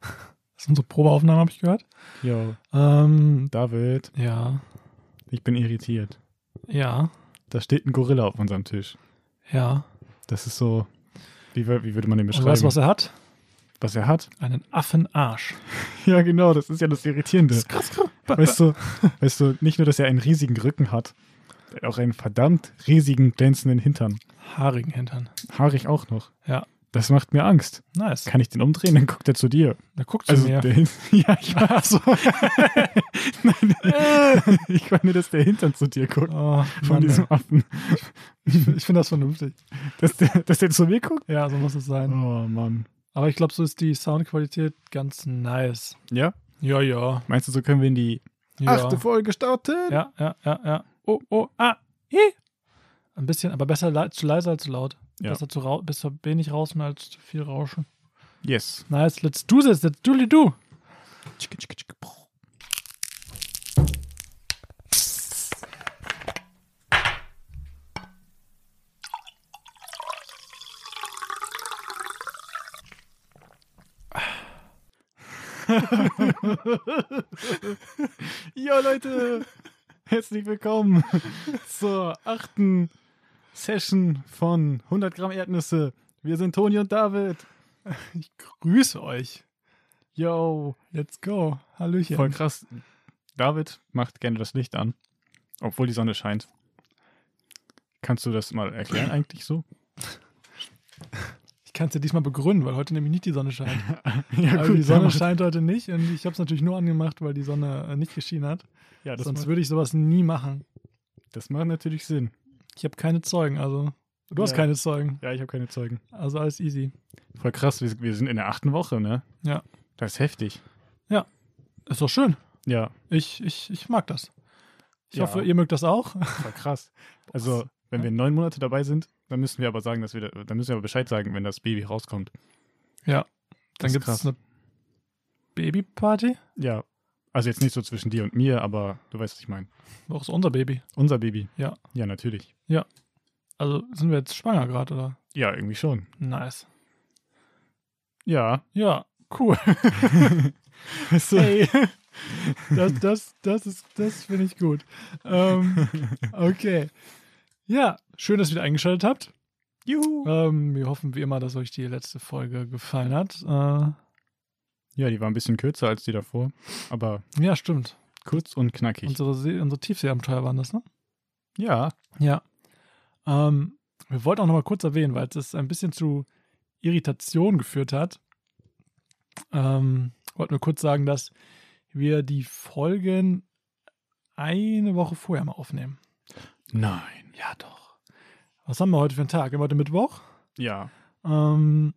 Das ist unsere Probeaufnahme, habe ich gehört. Jo, Ähm, David, ja, ich bin irritiert. ja, Da steht ein Gorilla auf unserem Tisch. ja. Das ist so, wie, wür- wie würde man den Und beschreiben? weißt du, was er hat? was er hat? Einen Affenarsch. Ja, genau, das ist ja das Irritierende. krass, krass. Weißt du, weißt du, nicht nur, dass er einen riesigen Rücken hat, er hat auch einen verdammt riesigen, glänzenden Hintern. Haarigen Hintern. Haarig auch noch. Ja. Das macht mir Angst. Nice. Kann ich den umdrehen, dann guckt er zu dir. Da guckt zu Also, mir. der Hin- ja, ich weiß. Nein, ich meine, dass der Hintern zu dir guckt. Oh, Von Mann, diesem Affen. ey. ich finde das vernünftig. Dass der, dass der zu mir guckt? Ja, so muss es sein. Oh, Mann. Aber ich glaube, so ist die Soundqualität ganz nice. Ja? Ja, ja. Meinst du, so können wir in die ja. achte Folge starten? Ja, ja, ja, ja. Oh, oh, ah, eh. Ein bisschen, aber besser lei- zu leise als zu laut. Ja. Besser zu rau besser wenig rauschen als zu viel rauschen. Yes. Nice, let's do this, let's do do. Ja, Leute. Herzlich willkommen zur achten Session von 100 Gramm Erdnüsse. Wir sind Toni und David. Ich grüße euch. Yo. Let's go. Hallöchen. Voll krass. David macht gerne das Licht an, obwohl die Sonne scheint. Kannst du das mal erklären eigentlich so? Ich kann es dir diesmal begründen, weil heute nämlich nicht die Sonne scheint. Ja, also die Sonne damals- scheint heute nicht und ich habe es natürlich nur angemacht, weil die Sonne äh, nicht geschienen hat. Ja, das, Sonst macht, würde ich sowas nie machen. das macht natürlich Sinn. Ich habe keine Zeugen, also. Du hast Ja. keine Zeugen, Ja, ich habe keine Zeugen. also alles easy. Voll krass, wir, wir sind in der achten Woche, ne? Ja. Das ist heftig. Ist doch schön. Ja, Ich, ich, ich mag das. Ich Ja. hoffe, ihr mögt das auch. voll krass. Also, wenn wir neun Monate dabei sind, dann müssen wir aber sagen, dass wir, da- dann müssen wir aber Bescheid sagen, wenn das Baby rauskommt. Ja. Dann Das ist gibt krass. es eine Babyparty. Ja. Also jetzt nicht so zwischen dir und mir, aber du weißt, was ich meine. Auch so unser Baby. Unser Baby. Ja. Ja, natürlich. Also sind wir jetzt schwanger gerade, oder? Ja, irgendwie schon. Nice. Ja. Ja, cool. Weißt du, Hey. Das, das, das ist, das finde ich gut. Ähm, okay. Ja, schön, dass ihr wieder eingeschaltet habt. Juhu. Ähm, wir hoffen wie immer, dass euch die letzte Folge gefallen hat. Äh, Ja, die war ein bisschen kürzer als die davor, aber ja, stimmt. kurz und knackig. Unsere, See, unsere Tiefseeabenteuer waren das, ne? ja. Ja. Ähm, wir wollten auch nochmal kurz erwähnen, weil es das ein bisschen zu Irritation geführt hat. Ähm, wollten wir kurz sagen, dass wir die Folgen eine Woche vorher mal aufnehmen. Nein. Ja, doch. Was haben wir heute für einen Tag? Wir haben heute Mittwoch. Ja. Ähm,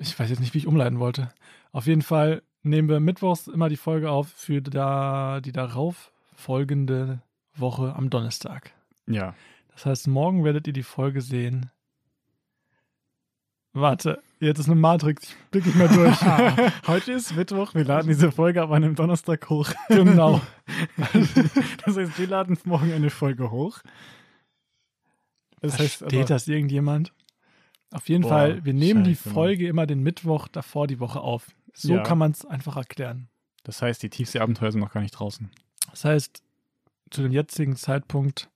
ich weiß jetzt nicht, wie ich umleiten wollte. Auf jeden Fall nehmen wir mittwochs immer die Folge auf für da, die darauf folgende Woche am Donnerstag. Ja. Das heißt, morgen werdet ihr die Folge sehen. Warte, jetzt ist eine Matrix, ich blick nicht mehr durch. Heute ist Mittwoch, wir laden diese Folge aber an einem Donnerstag hoch. genau. das heißt, wir laden morgen eine Folge hoch. Das heißt Versteht aber, das irgendjemand? Auf jeden Boah, Fall, wir nehmen die scheiße, Mann. Folge immer den Mittwoch davor die Woche auf. So Ja. kann man es einfach erklären. das heißt, die Tiefseeabenteuer sind noch gar nicht draußen. Das heißt, zu dem jetzigen Zeitpunkt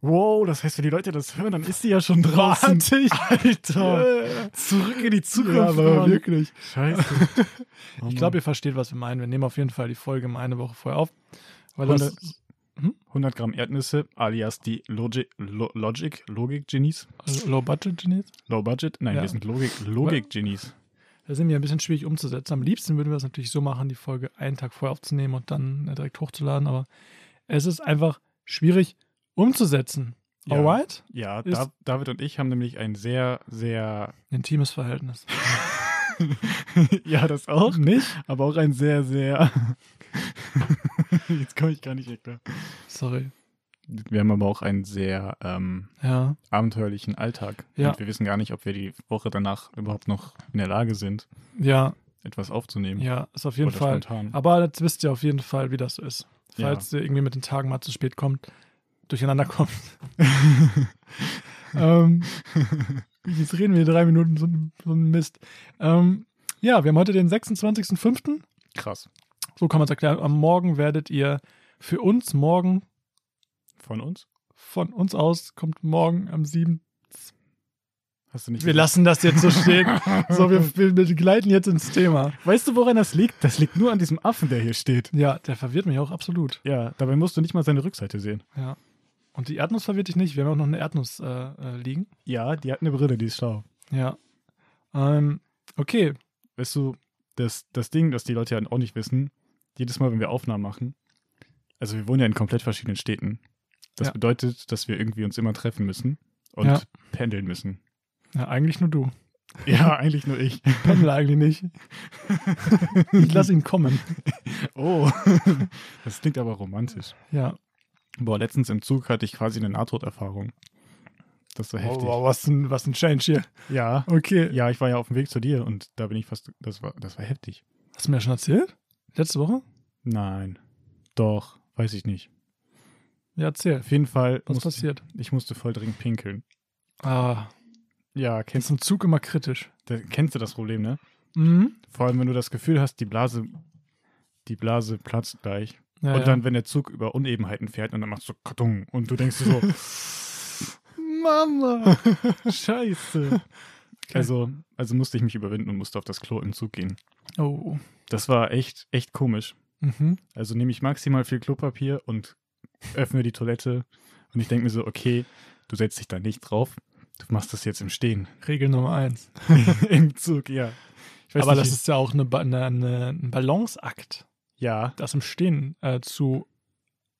Wow, das heißt, wenn die Leute das hören, dann ist sie ja schon Warte ich, Alter. Zurück in die Ja, aber Mann. wirklich. Scheiße. Ich glaube, ihr versteht, was wir meinen. Wir nehmen auf jeden Fall die Folge mal eine Woche vorher auf. Weil Hundert- das 100 Gramm Erdnüsse, alias die Logi Lo Logic, Logik-Genies. Low-Budget-Genies Low Budget? Also- Nein, Ja. wir sind Logik- Logik-Genies. Das sind ja ein bisschen schwierig umzusetzen. Am liebsten würden wir es natürlich so machen, die Folge einen Tag vorher aufzunehmen und dann äh, direkt hochzuladen, aber es ist einfach schwierig umzusetzen. Ja. Alright? ja, Ist- Da- David und ich haben nämlich ein sehr, sehr. Intimes Verhältnis. ja, das auch. nicht? Aber auch ein sehr, sehr. Jetzt komme ich gar nicht mehr klar. Sorry. Wir haben aber auch einen sehr ähm, Ja. abenteuerlichen Alltag. Ja. Und wir wissen gar nicht, ob wir die Woche danach überhaupt noch in der Lage sind, Ja, etwas aufzunehmen. ja, ist auf jeden Oder Fall. Ah. spontan. Aber jetzt wisst ihr auf jeden Fall, wie das so ist. Falls ihr irgendwie mit den Tagen mal zu spät kommt, durcheinander kommt. ähm, Jetzt reden wir drei Minuten so, ein- so ein Mist. Ähm, ja, wir haben heute den 26.05. Krass. So kann man es erklären. Am Morgen werdet ihr für uns morgen, Von uns? von uns aus, kommt morgen am 7. Hast du nicht Wir lassen das jetzt so stehen. So, wir, wir, wir gleiten jetzt ins Thema. Weißt du, woran das liegt? Das liegt nur an diesem Affen, der hier steht. Ja, der verwirrt mich auch absolut. Ja, dabei musst du nicht mal seine Rückseite sehen. Und die Erdnuss verwirrt dich nicht. Wir haben auch noch eine Erdnuss äh, äh, liegen. Ja, die hat eine Brille, die ist schlau. Ja. Ähm, okay. Weißt du, das, das Ding, das die Leute ja auch nicht wissen, jedes Mal, wenn wir Aufnahmen machen, also wir wohnen ja in komplett verschiedenen Städten. Das Ja. bedeutet, dass wir irgendwie uns immer treffen müssen und Ja. pendeln müssen. Ja, eigentlich nur du. Ja, eigentlich nur ich. Pendel eigentlich nicht. Ich lasse ihn kommen. Oh, das klingt aber romantisch. Ja. Boah, letztens im Zug hatte ich quasi eine Nahtoderfahrung. Das Oh, ist so heftig. was ein, was ein Change hier. Ja, Okay. ja, ich war ja auf dem Weg zu dir und da bin ich fast, das war, das war heftig. Hast du mir das schon erzählt? Letzte Woche? Nein, doch, weiß ich nicht. Ja, erzähl. Auf jeden Fall, Was musste, passiert? ich musste voll dringend pinkeln. Ah, Ja, kennst, ist im Zug immer kritisch. da- kennst du das Problem, ne? Mhm. Vor allem, wenn du das Gefühl hast, die Blase, die Blase platzt gleich. Ja, und dann, wenn der Zug über Unebenheiten fährt und dann machst du Kartung und du denkst dir so, Mama! Scheiße. also, also musste ich mich überwinden und musste auf das Klo im Zug gehen. Oh. Das war echt, echt komisch. Mhm. Also nehme ich maximal viel Klopapier und öffne die Toilette und ich denke mir so, okay, du setzt dich da nicht drauf, du machst das jetzt im Stehen, Regel Nummer eins. im Zug, ja. Ich weiß Aber nicht, das ist ja auch eine, Ba- eine, eine, ein Balanceakt, ja, das im Stehen äh, zu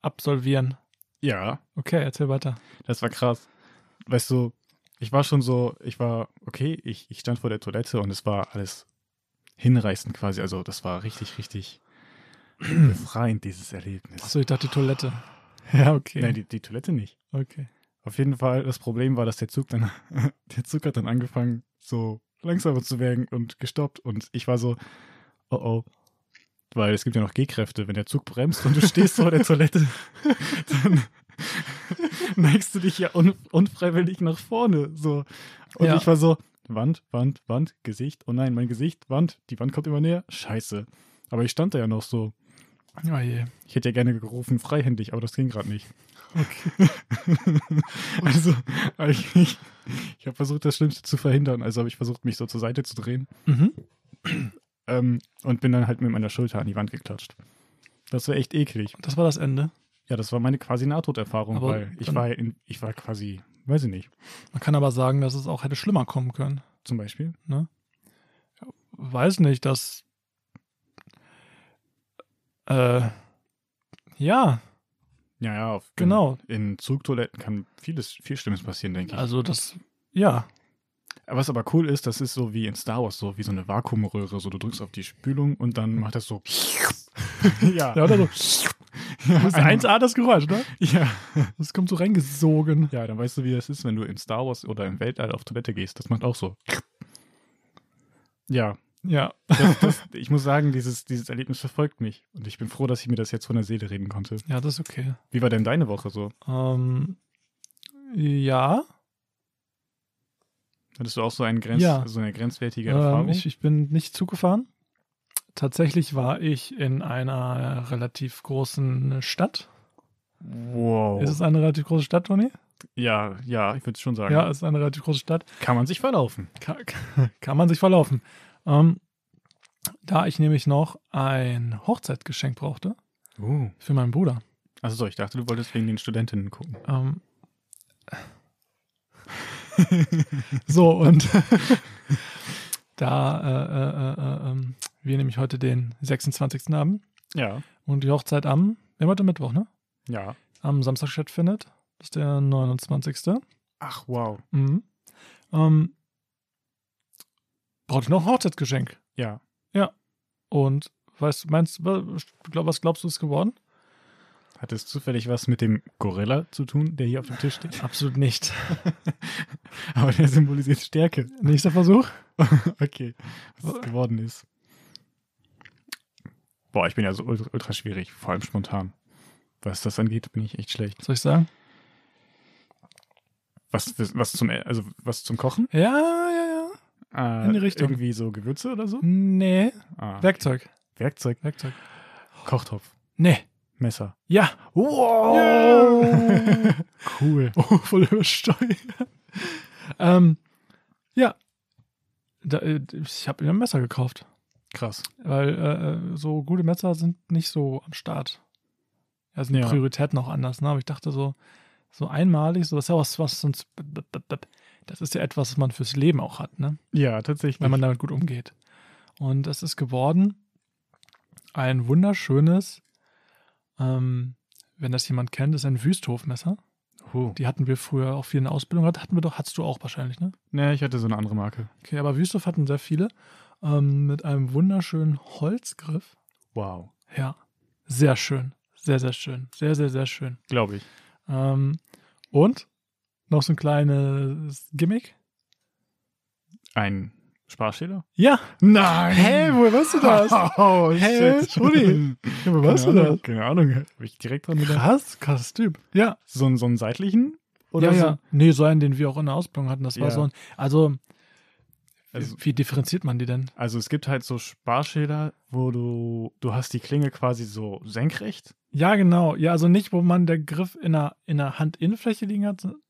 absolvieren. ja, Okay, erzähl weiter. das war krass. Weißt du, ich war schon so, ich war, okay, ich, ich stand vor der Toilette und es war alles hinreißend quasi, also das war richtig, richtig befreiend, dieses Erlebnis. Achso, ich dachte die Toilette. Ja, okay. Nein, die, die Toilette nicht. okay. Auf jeden Fall, das Problem war, dass der Zug dann, der Zug hat dann angefangen, so langsamer zu werden und gestoppt. Und ich war so, oh oh. Weil es gibt ja noch G-Kräfte. Wenn der Zug bremst und du stehst vor der Toilette, dann neigst du dich ja un unfreiwillig nach vorne. So. Und Ja. ich war so, Wand, Wand, Wand, Gesicht. Oh nein, mein Gesicht, Wand. Die Wand kommt immer näher. Scheiße. Aber ich stand da ja noch so. Oh je. Ich hätte ja gerne gerufen, freihändig, aber das ging gerade nicht. Okay. Also, eigentlich, ich habe versucht, das Schlimmste zu verhindern. Also habe ich versucht, mich so zur Seite zu drehen Mhm. ähm, und bin dann halt mit meiner Schulter an die Wand geklatscht. Das war echt eklig. Das war das Ende. Ja, das war meine quasi Nahtoderfahrung, Aber weil ich dann- war, in, ich war quasi, weiß ich nicht, Man kann aber sagen, dass es auch hätte schlimmer kommen können. zum Beispiel. Weiß nicht, dass. Äh, ja, Ja, ja, auf, genau. In, in Zugtoiletten kann vieles, viel Schlimmes passieren, denke ich. Also das. Ja. Aber was aber cool ist, das ist so wie in Star Wars, so wie so eine Vakuumröhre. So, du drückst auf die Spülung und dann macht das so. ja. Ja, oder so. ja, Das ist 1A das Geräusch, ne? ja. Das kommt so reingesogen. Ja, dann weißt du, wie das ist, wenn du in Star Wars oder im Weltall auf Toilette gehst. Das macht auch so. Ja, Ja. das, das, ich muss sagen, dieses, dieses Erlebnis verfolgt mich. Und ich bin froh, dass ich mir das jetzt von der Seele reden konnte. Ja, das ist okay. Wie war denn deine Woche so? Ähm, ja. Hattest du auch so, einen Grenz, Ja. so eine grenzwertige Ähm, Erfahrung? ich, ich bin nicht Zug gefahren. Tatsächlich war ich in einer relativ großen Stadt. wow. Ist es eine relativ große Stadt, Toni? ja, ja, ich würde schon sagen. Ja, es ist eine relativ große Stadt. Kann man sich verlaufen. Kann, kann man sich verlaufen. Ähm, da ich nämlich noch ein Hochzeitsgeschenk brauchte Uh. für meinen Bruder. Also so, ich dachte, du wolltest wegen den Studentinnen gucken. Ähm, so, und da äh, äh, äh, ähm, wir nämlich heute den 26. haben Ja. und die Hochzeit am, wir haben heute Mittwoch, ne? Ja. Am Samstag stattfindet. Das ist der 29. Ach, wow. Mhm. Ähm, brauchte ich noch ein Hochzeitsgeschenk. Ja. Und weißt du, meinst du, was glaubst du, ist geworden? Hat es zufällig was mit dem Gorilla zu tun, der hier auf dem Tisch steht? Absolut nicht. Aber der symbolisiert Stärke. Nächster Versuch? Okay, was es geworden ist. Boah, ich bin ja so ultra, ultra schwierig, vor allem spontan. Was das angeht, bin ich echt schlecht. Soll ich sagen? Was, was, zum, also was zum Kochen? Ja, ja, ja. Äh, In die Richtung. Mhm. Irgendwie so Gewürze oder so? Nee. Ah, Werkzeug. Werkzeug. Werkzeug. Kochtopf. Nee. Messer. Ja. Wow! cool. Oh, voll übersteuert. ähm, ja. Da, äh, ich habe mir ein Messer gekauft. Krass. Weil äh, äh, so gute Messer sind nicht so am Start. Ja, sind die Ja. Prioritäten auch anders, ne? Aber ich dachte so, so einmalig, so das ist ja was, was sonst. Das ist ja etwas, was man fürs Leben auch hat, ne? Ja, tatsächlich. Wenn man damit gut umgeht. Und das ist geworden ein wunderschönes, ähm, wenn das jemand kennt, ist ein Wüsthofmesser. Huh. Die hatten wir früher auch viel in der Ausbildung. Hat- Hatten wir doch, hattest du auch wahrscheinlich, ne? Ne, ich hatte so eine andere Marke. Okay, aber Wüsthof hatten sehr viele. Ähm, mit einem wunderschönen Holzgriff. Wow. Ja, sehr schön. Sehr, sehr schön. Sehr, sehr, sehr schön. Glaube ich. Ähm, und noch so ein kleines Gimmick. Ein Sparschäler? Ja, Nein! Hä, woher weißt du das? Oh, Hä, shit. Rudi? Keine weißt du Ahnung, das? Keine Ahnung. Hab ich direkt dran gedacht. krass, krasses Typ. Ja, So, einen- so einen seitlichen? Oder ja, so? ja. Nee, so einen, den wir auch in der Ausbildung hatten. Das war Ja. so ein. Also, Also, wie, wie differenziert man die denn? also es gibt halt so Sparschäler, wo du, du hast die Klinge quasi so senkrecht. Ja, genau. Ja, also nicht, wo man der Griff in der, in der Handinnenfläche liegen hat. sondern-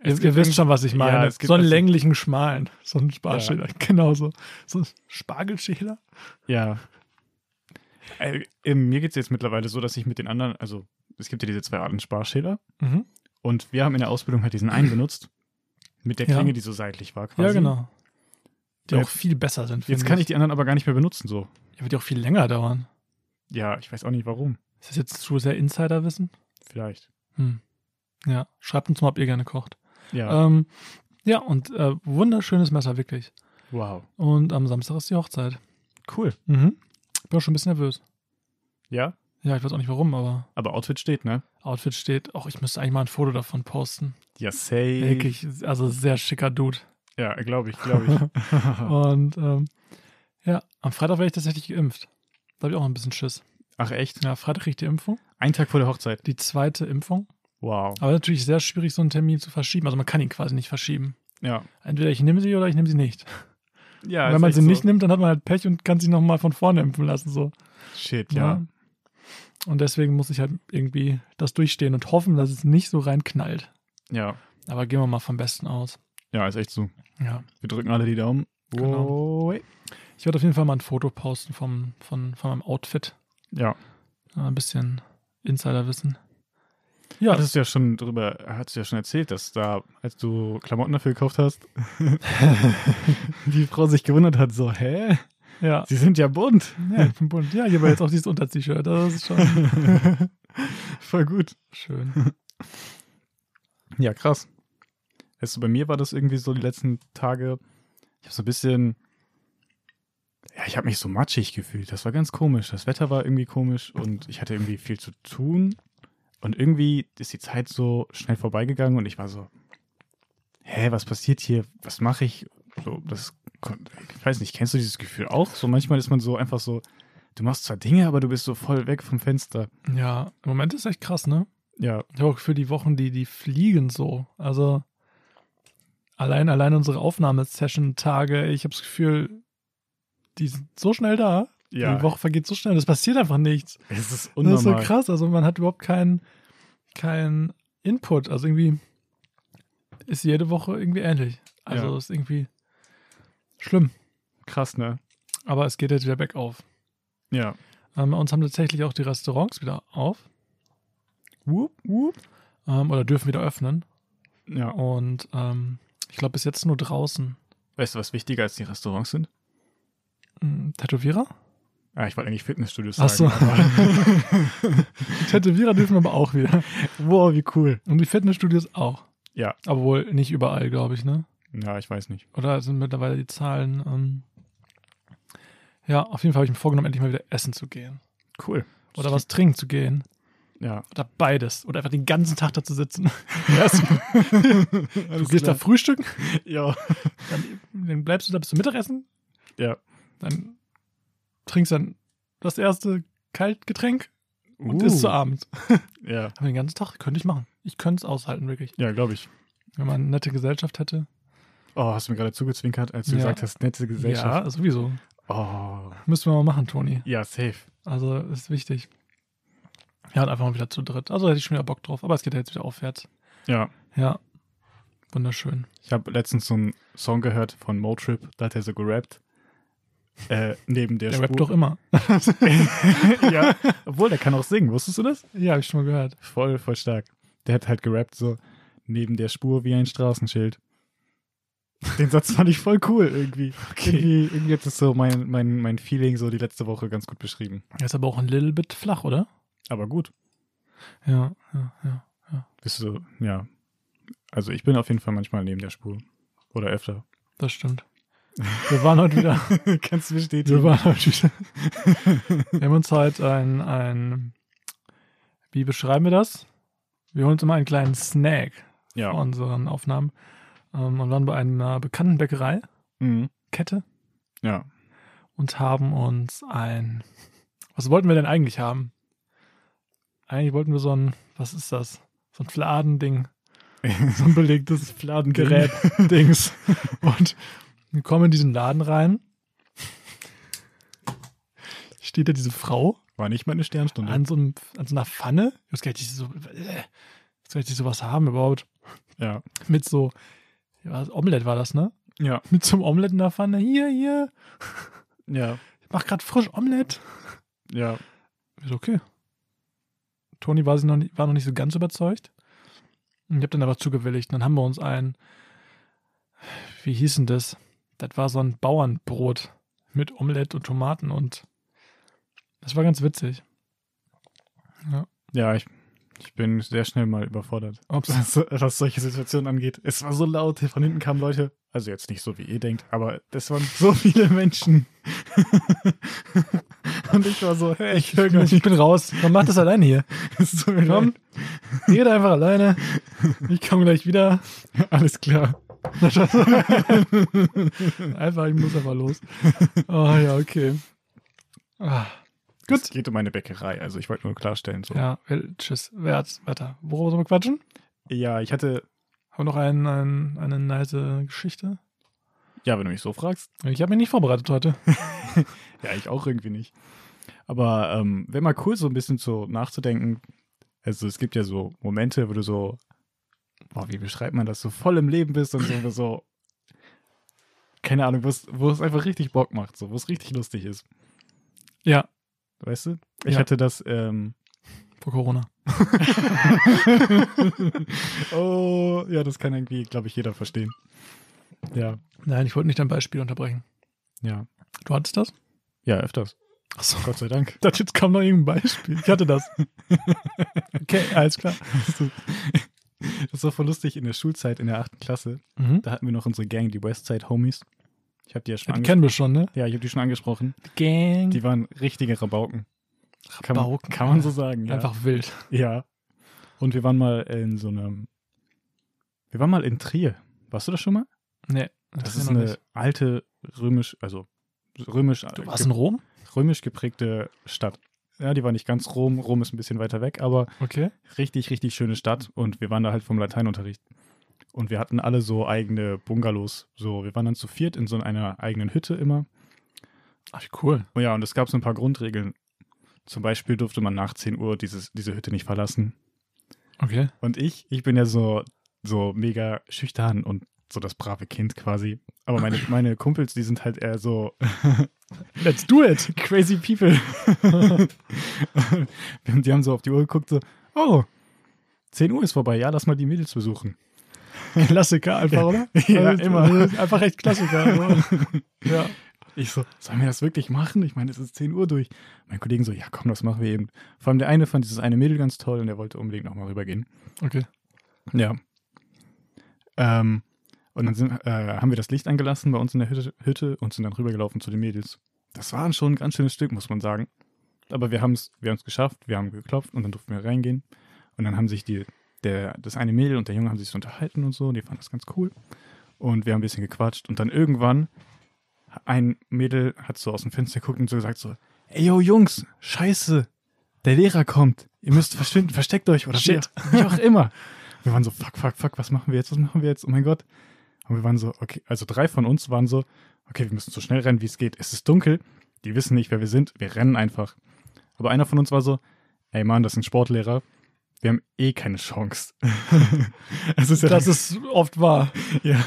Es Ihr gibt wisst irgend- schon, was ich meine. Ja, es gibt so einen also- länglichen, schmalen. So einen Sparschäler. Genau so. So einen Spargelschäler. Ja. Äh, äh, mir geht es jetzt mittlerweile so, dass ich mit den anderen, also es gibt ja diese zwei Arten Sparschäler Mhm. und wir haben in der Ausbildung halt diesen einen benutzt. Mit der Ja. Klinge, die so seitlich war quasi. Ja, genau. Die Ja, auch viel besser sind. Jetzt finde kann ich die anderen aber gar nicht mehr benutzen, so. Ja, wird ja auch viel länger dauern. Ja, ich weiß auch nicht warum. Ist das jetzt zu sehr Insiderwissen? Vielleicht. Hm. Ja, schreibt uns mal, ob ihr gerne kocht. Ja. Ja, ähm, ja und äh, wunderschönes Messer, wirklich. wow. Und am Samstag ist die Hochzeit. Cool. Mhm. Bin auch schon ein bisschen nervös. Ja, Ja, ich weiß auch nicht warum, aber aber Outfit steht, ne? Outfit steht. Auch ich müsste eigentlich mal ein Foto davon posten. Ja, safe. Wirklich, also sehr schicker Dude. Ja, glaube ich, glaube ich. Und ähm, ja, am Freitag werde ich tatsächlich geimpft. Da habe ich auch ein bisschen Schiss. Ach, echt? Ja, Freitag kriege ich die Impfung. Ein Tag vor der Hochzeit. Die zweite Impfung. Wow. Aber natürlich sehr schwierig, so einen Termin zu verschieben. Also man kann ihn quasi nicht verschieben. Ja. Entweder ich nehme sie oder ich nehme sie nicht. Ja, Wenn man sie nicht nimmt, dann hat man halt Pech und kann sich nochmal von vorne impfen lassen. So. nimmt. ne? Shit, ja. Ja. Und deswegen muss ich halt irgendwie das durchstehen und hoffen, dass es nicht so rein knallt. Ja. Aber gehen wir mal vom Besten aus. Ja, ist echt so. Ja. Wir drücken alle die Daumen. Genau. Oi. Ich werde auf jeden Fall mal ein Foto posten vom, von, von meinem Outfit. Ja. Ja, Ein bisschen Insiderwissen. Ja, das Hattest du ja schon drüber, hattest du ja schon erzählt, dass da, als du Klamotten dafür gekauft hast, die Frau sich gewundert hat, so, hä? ja. Sie sind ja bunt. Ja, ich bin bunt. Ja, hier war jetzt auch dieses Unter-T-Shirt. Das ist schon Voll gut. schön. Ja, krass. Weißt du, bei mir war das irgendwie so die letzten Tage, ich habe so ein bisschen, ja, ich habe mich so matschig gefühlt. Das war ganz komisch. Das Wetter war irgendwie komisch und ich hatte irgendwie viel zu tun. Und irgendwie ist die Zeit so schnell vorbeigegangen und ich war so, hä, was passiert hier? Was mache ich? So, das, kon- ich weiß nicht, kennst du dieses Gefühl auch? So manchmal ist man so einfach so, du machst zwar Dinge, aber du bist so voll weg vom Fenster. Ja, im Moment ist echt krass, ne? Ja, Ich habe auch für die Wochen, die, die fliegen so. Also allein, allein unsere Aufnahmesession-Tage, ich habe das Gefühl, die sind so schnell da. Die Woche vergeht so schnell, das passiert einfach nichts. es Das ist ist so unnormal. krass. Also man hat überhaupt keinen keinen Input. Also irgendwie ist jede Woche irgendwie ähnlich. Also Ja. ist irgendwie schlimm. krass, ne? Aber es geht jetzt wieder bergauf. Ja. Ähm, bei uns haben tatsächlich auch die Restaurants wieder auf Whoop, whoop. ähm, oder dürfen wieder öffnen. Ja. Und ähm, ich glaube, bis jetzt nur draußen. Weißt du, was wichtiger als die Restaurants sind? Mm, Hm, Tätowierer? Ah, ich wollte eigentlich Fitnessstudios Ach sagen. so. aber- Die Tätowierer dürfen aber auch wieder. wow, wie cool. Und die Fitnessstudios auch. Ja. Aber wohl nicht überall, glaube ich, ne? Ja, ich weiß nicht. Oder sind mittlerweile die Zahlen. Ähm ja, auf jeden Fall habe ich mir vorgenommen, endlich mal wieder essen zu gehen. Cool. Oder was trinken zu gehen. Ja. Oder beides. Oder einfach den ganzen Tag da zu sitzen. du Du gehst da frühstücken, Ja. dann, dann bleibst du da bis zum Mittagessen. Ja. Dann trinkst dann das erste Kaltgetränk und Uh. isst zu Abend. Ja. Aber den ganzen Tag könnte ich machen. Ich könnte es aushalten, wirklich. Ja, glaube ich. Wenn man eine nette Gesellschaft hätte. Oh, hast du mir gerade zugezwinkert, als du Ja. gesagt hast, nette Gesellschaft. Ja, sowieso. Oh, Müssen wir mal machen, Toni. ja, safe. Also ist wichtig. Ja, und einfach mal wieder zu dritt. Also hätte ich schon wieder Bock drauf, aber es geht ja jetzt wieder aufwärts. Ja, Ja. Wunderschön. ich habe letztens so einen Song gehört von Motrip, da hat er so gerappt. Äh, neben der, Der Spur. rappt doch immer. ja, obwohl, der kann auch singen, wusstest du das? Ja, habe ich schon mal gehört. Voll, voll stark. Der hat halt gerappt so, neben der Spur wie ein Straßenschild. Den Satz fand ich voll cool irgendwie. Irgendwie, irgendwie hat das so mein, mein, mein Feeling so die letzte Woche ganz gut beschrieben. Er ist aber auch ein little bit flach, oder? Aber gut. Ja, ja, ja. Bist du, ja. Also ich bin auf jeden Fall manchmal neben der Spur. Oder öfter. Das stimmt. Wir waren heute wieder. Kannst du bestätigen? Wir waren heute wieder. Wir haben uns halt ein, ein. Wie beschreiben wir das? Wir holen uns immer einen kleinen Snack Ja. vor unseren Aufnahmen ähm, und waren bei einer bekannten Bäckereikette Mhm. Ja. und haben uns ein. Was wollten wir denn eigentlich haben? Eigentlich wollten wir so ein. Was ist das? So ein Fladending. So ein belegtes Fladengerät. Dings. Und wir kommen in diesen Laden rein. Steht da diese Frau War nicht meine Sternstunde. an so, einem, an so einer Pfanne. Jetzt kann ich so, äh, jetzt kann ich sowas haben überhaupt. ja. Mit so, ja, was, Omelette war das, ne? Ja. Mit so einem Omelette in der Pfanne. Hier, hier. Ja. Ich mach grad frisch Omelette. Ja. Ist okay. Toni war, sie noch, nicht- war noch nicht so ganz überzeugt. Und ich habe dann aber zugewilligt. Und dann haben wir uns ein, wie hieß denn das? Das war so ein Bauernbrot mit Omelette und Tomaten und das war ganz witzig. Ja, ich, ich bin sehr schnell mal überfordert. Ups. was, was solche Situationen angeht. Es war so laut, von hinten kamen Leute. Also jetzt nicht so, wie ihr denkt, aber das waren so viele Menschen. Und ich war so, hey, ich höre gar nicht. Ich bin raus. Man macht das alleine hier. Es tut mir Komm, leid. geht einfach alleine. Ich komme gleich wieder. Alles klar. Einfach, ich muss einfach los. Oh ja, okay. Ah. Gut. Es geht um eine Bäckerei, also ich wollte nur klarstellen. So. Ja, tschüss. Wer hat's? Weiter. Worüber sollen wir quatschen? ja, ich hatte, Haben wir noch einen, einen, eine nice Geschichte? ja, wenn du mich so fragst, Ich habe mich nicht vorbereitet heute. Ja, ich auch irgendwie nicht. Aber ähm, wäre mal cool, so ein bisschen so nachzudenken. Also es gibt ja so Momente, wo du so, boah, wie beschreibt man das, so voll im Leben bist und so, so keine Ahnung, wo es- wo es einfach richtig Bock macht, so, wo es richtig lustig ist. Ja, Weißt du? Ich Ja. hatte das, ähm, vor Corona. oh, ja, das kann irgendwie, glaube ich, jeder verstehen. Ja, Nein, ich wollte nicht dein Beispiel unterbrechen. ja. Du hattest das? Ja, öfters. Achso. Gott sei Dank. Das jetzt kam noch irgendein Beispiel. Ich hatte das. Okay, also, alles klar. Das war voll lustig in der Schulzeit, in der achten Klasse. Mhm. Da hatten wir noch unsere Gang, die Westside Homies. Ich habe die ja Ja, schon die angesprochen. kennen Mhm. wir schon, ne? Ja, ich habe die schon angesprochen. Gang. Die waren richtige Rabauken. Kann, man- Rabauken, kann man so Alter. sagen. Ja. Einfach wild. Ja. Und wir waren mal in so einem. Wir waren mal in Trier. Warst du das schon mal? Nee, kenn Das, ist ich noch eine nicht. alte römisch, also römisch, äh, Du warst in Rom? römisch geprägte Stadt. Ja, die war nicht ganz Rom. Rom ist ein bisschen weiter weg, aber Okay. richtig, richtig schöne Stadt. Und wir waren da halt vom Lateinunterricht. Und wir hatten alle so eigene Bungalows. So, wir waren dann zu viert in so einer eigenen Hütte immer. Ach, wie cool. Oh ja, und es gab so ein paar Grundregeln. Zum Beispiel durfte man nach 10 Uhr dieses, diese Hütte nicht verlassen. Okay. Und ich, ich bin ja so, so mega schüchtern und so das brave Kind quasi. Aber meine, meine Kumpels, die sind halt eher so Let's do it. crazy people. und die haben so auf die Uhr geguckt, so, oh, 10 Uhr ist vorbei, ja, lass mal die Mädels besuchen. Klassiker einfach, oder? Ja, Also, immer. also, Einfach echt Klassiker. oder? ja. Ich so, sollen wir das wirklich machen? Ich meine, es ist 10 Uhr durch. Mein Kollegen so, ja, komm, das machen wir eben. Vor allem der eine fand dieses eine Mädel ganz toll und der wollte unbedingt nochmal rübergehen. Okay. Ja. Ähm, und dann sind, äh, haben wir das Licht angelassen bei uns in der Hütte, Hütte und sind dann rübergelaufen zu den Mädels. Das war schon ein ganz schönes Stück, muss man sagen. Aber wir haben es wir haben's geschafft, wir haben geklopft und dann durften wir reingehen. Und dann haben sich die, der, das eine Mädel und der Junge haben sich so unterhalten und so, und die fanden das ganz cool. Und wir haben ein bisschen gequatscht und dann irgendwann ein Mädel hat so aus dem Fenster geguckt und so gesagt so, ey yo Jungs, scheiße, der Lehrer kommt, ihr müsst verschwinden, versteckt euch oder Shit. wie auch- wie auch immer. Wir waren so, fuck, fuck, fuck, was machen wir jetzt? Was machen wir jetzt? Oh mein Gott. Und wir waren so, okay, also drei von uns waren so, okay, wir müssen so schnell rennen, wie es geht. Es ist dunkel, die wissen nicht, wer wir sind, wir rennen einfach. Aber einer von uns war so, ey Mann, das sind Sportlehrer, wir haben eh keine Chance. es ist ja Das ist oft wahr. ja,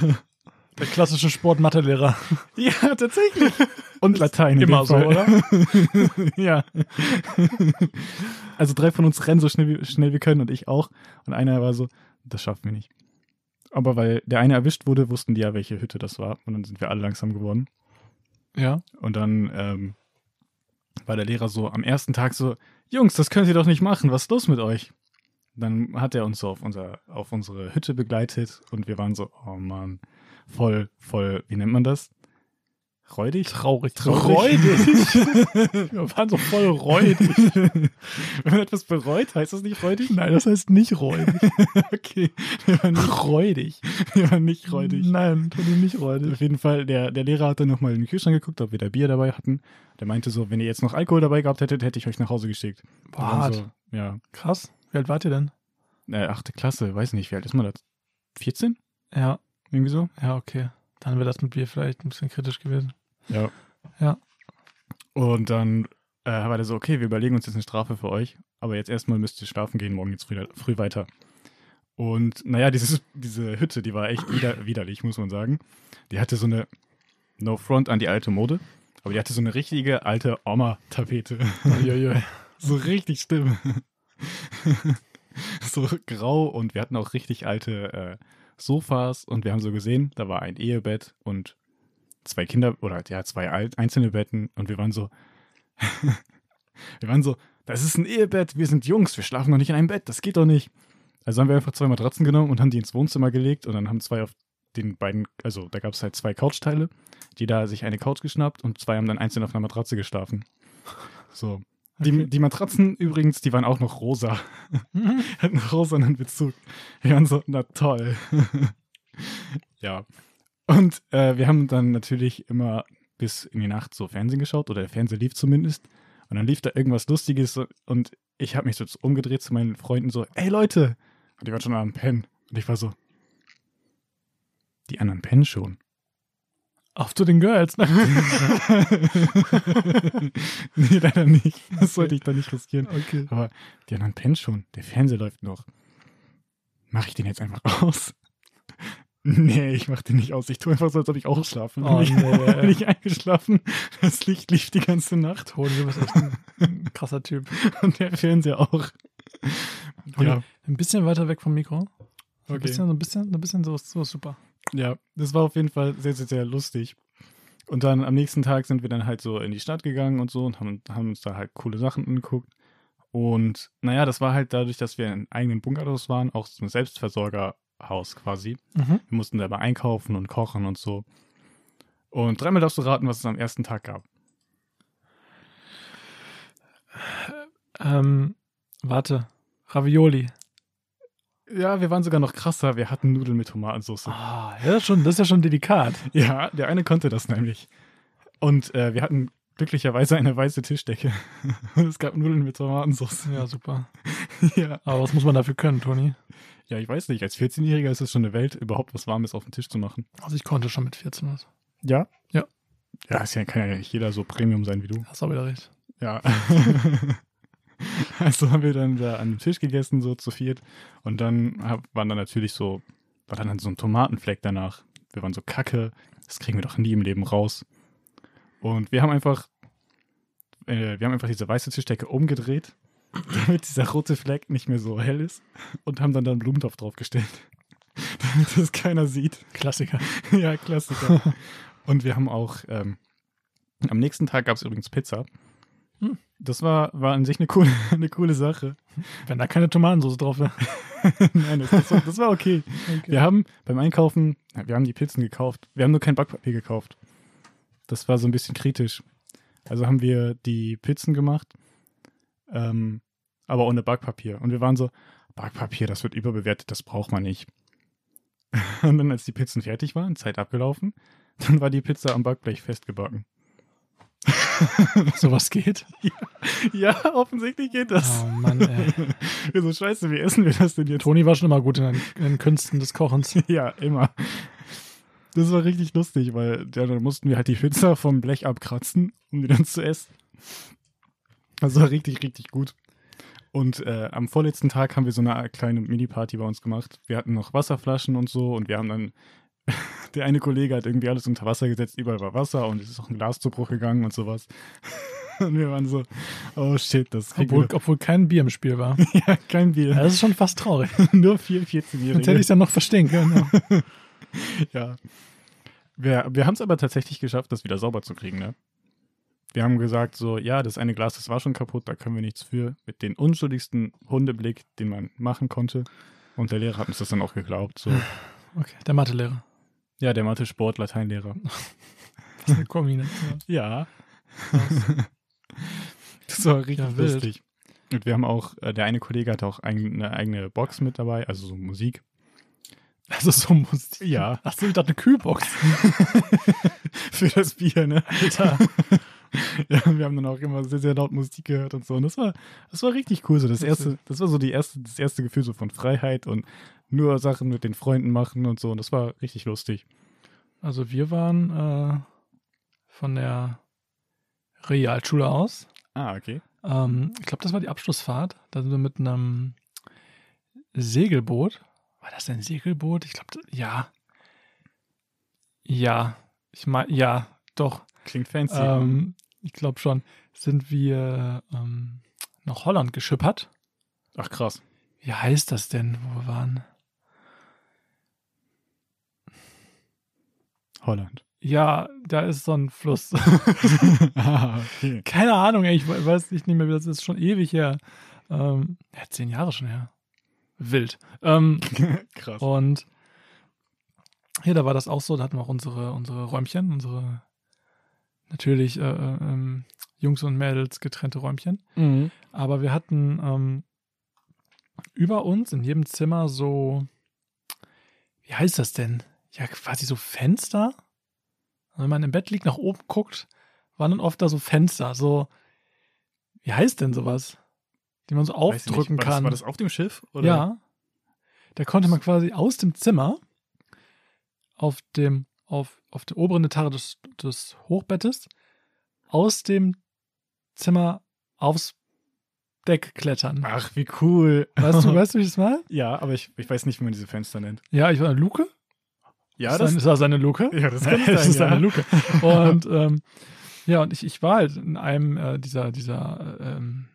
Der klassische Sportmathelehrer. ja, tatsächlich. Und Latein in Immer dem so, Fall. oder? ja. also drei von uns rennen so schnell, wie- schnell wir können und ich auch. Und einer war so, das schaffen wir nicht. Aber weil der eine erwischt wurde, wussten die ja, welche Hütte das war. Und dann sind wir alle langsam geworden. Ja. Und dann ähm, war der Lehrer so am ersten Tag so, Jungs, das könnt ihr doch nicht machen, was ist los mit euch? Dann hat er uns so auf, unser, auf unsere Hütte begleitet und wir waren so, oh Mann, voll, voll, wie nennt man das? Räudig? Traurig. Traurig. Räudig. Wir waren so voll räudig. Wenn man etwas bereut, heißt das nicht räudig? Nein, das heißt nicht räudig. okay. Wir waren nicht, Räudig. wir waren nicht räudig. Nein, Toni, nicht Auf räudig. jeden Fall, der, der Lehrer hat dann nochmal in den Kühlschrank geguckt, ob wir da Bier dabei hatten. Der meinte so, wenn ihr jetzt noch Alkohol dabei gehabt hättet, hätte ich euch nach Hause geschickt. Wir Boah, waren hart. So, ja. Krass. Wie alt wart ihr denn? Äh, achte Klasse, weiß nicht, wie alt ist man da? 14? Ja, Irgendwie so? ja, okay. Dann wäre das mit Bier vielleicht ein bisschen kritisch gewesen. Ja. Ja. Und dann äh, war der so, okay, wir überlegen uns jetzt eine Strafe für euch, aber jetzt erstmal müsst ihr schlafen gehen, morgen geht's früh, früh weiter. Und naja, dieses, diese Hütte, die war echt wider, widerlich, muss man sagen. Die hatte so eine, no front an die alte Mode, aber die hatte so eine richtige alte Oma-Tapete. Uiuiui. So richtig schlimm. so grau und wir hatten auch richtig alte äh, Sofas und wir haben so gesehen, da war ein Ehebett und zwei Kinder oder ja, zwei al- einzelne Betten und wir waren so, wir waren so, das ist ein Ehebett, wir sind Jungs, wir schlafen doch nicht in einem Bett, das geht doch nicht. Also haben wir einfach zwei Matratzen genommen und haben die ins Wohnzimmer gelegt und dann haben zwei auf den beiden, also da gab es halt zwei Couchteile, jeder sich eine Couch geschnappt und zwei haben dann einzeln auf einer Matratze geschlafen. So. Die, die Matratzen übrigens, die waren auch noch rosa. Hatten einen rosanen Bezug. Wir waren so, na toll. ja. Und äh, wir haben dann natürlich immer bis in die Nacht so Fernsehen geschaut oder der Fernseher lief zumindest. Und dann lief da irgendwas Lustiges und ich habe mich so umgedreht zu meinen Freunden so, ey Leute! Und die waren schon am Pennen. Und ich war so, die anderen pennen schon. Auf zu den Girls. ne? nee, leider nicht. Das sollte ich da nicht riskieren. Okay. Aber die anderen pennen schon. Der Fernseher läuft noch. Mache ich den jetzt einfach aus? Nee, ich mache den nicht aus. Ich tue einfach so, als ob ich auch schlafe. Oh, ich nee. bin nicht eingeschlafen. Das Licht lief die ganze Nacht Toni, du bist echt ein ein krasser Typ. und der Fernseher auch. Ja. Ein bisschen weiter weg vom Mikro. So Ein Okay. bisschen, so ein bisschen, so ein bisschen, so ist so ist super. Ja, das war auf jeden Fall sehr, sehr, sehr lustig. Und dann am nächsten Tag sind wir dann halt so in die Stadt gegangen und so und haben, haben uns da halt coole Sachen angeguckt. Und naja, das war halt dadurch, dass wir in eigenen Bunkerhaus waren, auch so ein Selbstversorgerhaus quasi. Mhm. Wir mussten selber einkaufen und kochen und so. Und dreimal darfst du raten, was es am ersten Tag gab. Ähm, warte. Ravioli. Ja, wir waren sogar noch krasser. Wir hatten Nudeln mit Tomatensauce. Ah, ja, das, ist schon, das ist ja schon delikat. Ja, der eine konnte das nämlich. Und äh, wir hatten glücklicherweise eine weiße Tischdecke. Und es gab Nudeln mit Tomatensauce. Ja, super. ja. Aber was muss man dafür können, Toni? Ja, ich weiß nicht. Als 14-Jähriger ist es schon eine Welt, überhaupt was Warmes auf den Tisch zu machen. Also ich konnte schon mit 14 was. Ja? Ja. Ja, ist ja, kann ja nicht jeder so Premium sein wie du. Hast auch wieder recht. Ja. also haben wir dann da an dem Tisch gegessen, so zu viert. Und dann hab, waren da natürlich so, war dann so ein Tomatenfleck danach. Wir waren so kacke, das kriegen wir doch nie im Leben raus. Und wir haben einfach, äh, wir haben einfach diese weiße Tischdecke umgedreht, damit dieser rote Fleck nicht mehr so hell ist. Und haben dann da einen Blumentopf draufgestellt, damit das keiner sieht. Klassiker. Ja, Klassiker. Und wir haben auch, ähm, am nächsten Tag gab es übrigens Pizza. Hm. Das war, war an sich eine coole, eine coole Sache. Wenn da keine Tomatensauce drauf wäre. Nein, das, das, war, das war okay. Wir haben beim Einkaufen, wir haben die Pizzen gekauft. Wir haben nur kein Backpapier gekauft. Das war so ein bisschen kritisch. Also haben wir die Pizzen gemacht, ähm, aber ohne Backpapier. Und wir waren so, Backpapier, das wird überbewertet, das braucht man nicht. Und dann, als die Pizzen fertig waren, Zeit abgelaufen, dann war die Pizza am Backblech festgebacken. Sowas geht. Ja, offensichtlich geht das. Oh Mann, ey. Ah. Wir so scheiße, wie essen wir das denn jetzt? Toni war schon immer gut in den, in den Künsten des Kochens. Ja, immer. Das war richtig lustig, weil ja, dann mussten wir halt die Pizza vom Blech abkratzen, um die dann zu essen. Das war richtig, richtig gut. Und äh, am vorletzten Tag haben wir so eine kleine Mini-Party bei uns gemacht. Wir hatten noch Wasserflaschen und so und wir haben dann, der eine Kollege hat irgendwie alles unter Wasser gesetzt, überall war Wasser und es ist auch ein Glas zu Bruch gegangen und sowas. Und wir waren so, oh shit, das kriegen Obwohl, obwohl kein Bier im Spiel war. wir. Ja, kein Bier. Ja, das ist schon fast traurig. Nur vier Sonst hätte 14-Jährige. ich es dann noch verstehen können. ja. Ja. Wir, wir haben es aber tatsächlich geschafft, das wieder sauber zu kriegen, ne? Wir haben gesagt, so, ja, das eine Glas, das war schon kaputt, da können wir nichts für. Mit dem unschuldigsten Hundeblick, den man machen konnte. Und der Lehrer hat uns das dann auch geglaubt. So. Okay, der Mathelehrer. Ja, der Mathe-Sport-Lateinlehrer. Der Kombination. Ja. Das war richtig Ja, wild. lustig. Und wir haben auch, äh, der eine Kollege hatte auch ein, eine eigene Box mit dabei, also so Musik. Also so muss Ja, Achso, ich dachte eine Kühlbox. für das Bier, ne? Alter. Ja, wir haben dann auch immer sehr, sehr laut Musik gehört und so. Und das war, das war richtig cool. So das, erste, das war so die erste, das erste Gefühl so von Freiheit und nur Sachen mit den Freunden machen und so. Und das war richtig lustig. Also wir waren äh, von der Realschule aus. Ah, okay. Ähm, ich glaube, das war die Abschlussfahrt. Da sind wir mit einem Segelboot. War das ein Segelboot? Ich glaube, ja. Ja, ich meine, ja, doch. Klingt fancy. Ähm, ich glaube schon. Sind wir ähm, nach Holland geschippert? Ach, krass. Wie heißt das denn, wo wir waren? Holland. Ja, da ist so ein Fluss. ah, okay. Keine Ahnung, ey, ich we- weiß nicht mehr, wie das ist. Schon ewig her. Ähm, ja, zehn Jahre schon her. Wild. Ähm, krass. Und hier, da war das auch so, da hatten wir auch unsere, unsere Räumchen, unsere natürlich äh, äh, ähm, Jungs und Mädels getrennte Räumchen. Mhm. Aber wir hatten ähm, über uns in jedem Zimmer so, wie heißt das denn? Ja, quasi so Fenster. Und wenn man im Bett liegt, nach oben guckt, waren dann oft da so Fenster, so, wie heißt denn sowas? Die man so Weiß nicht, aufdrücken war kann. Das, war das auf dem Schiff? Oder? Ja. Da konnte man quasi aus dem Zimmer auf dem, auf, auf der oberen Etage des, des Hochbettes, aus dem Zimmer aufs Deck klettern. Ach, wie cool. Weißt du, weißt du, wie ich das mal? Ja, aber ich, ich weiß nicht, wie man diese Fenster nennt. Ja, ich war eine Luke. Ja, ist das, ist das eine Luke? ja, das kann Das sein, ist ja. eine Luke. Und ähm, ja, und ich, ich war halt in einem äh, dieser, dieser äh, ähm,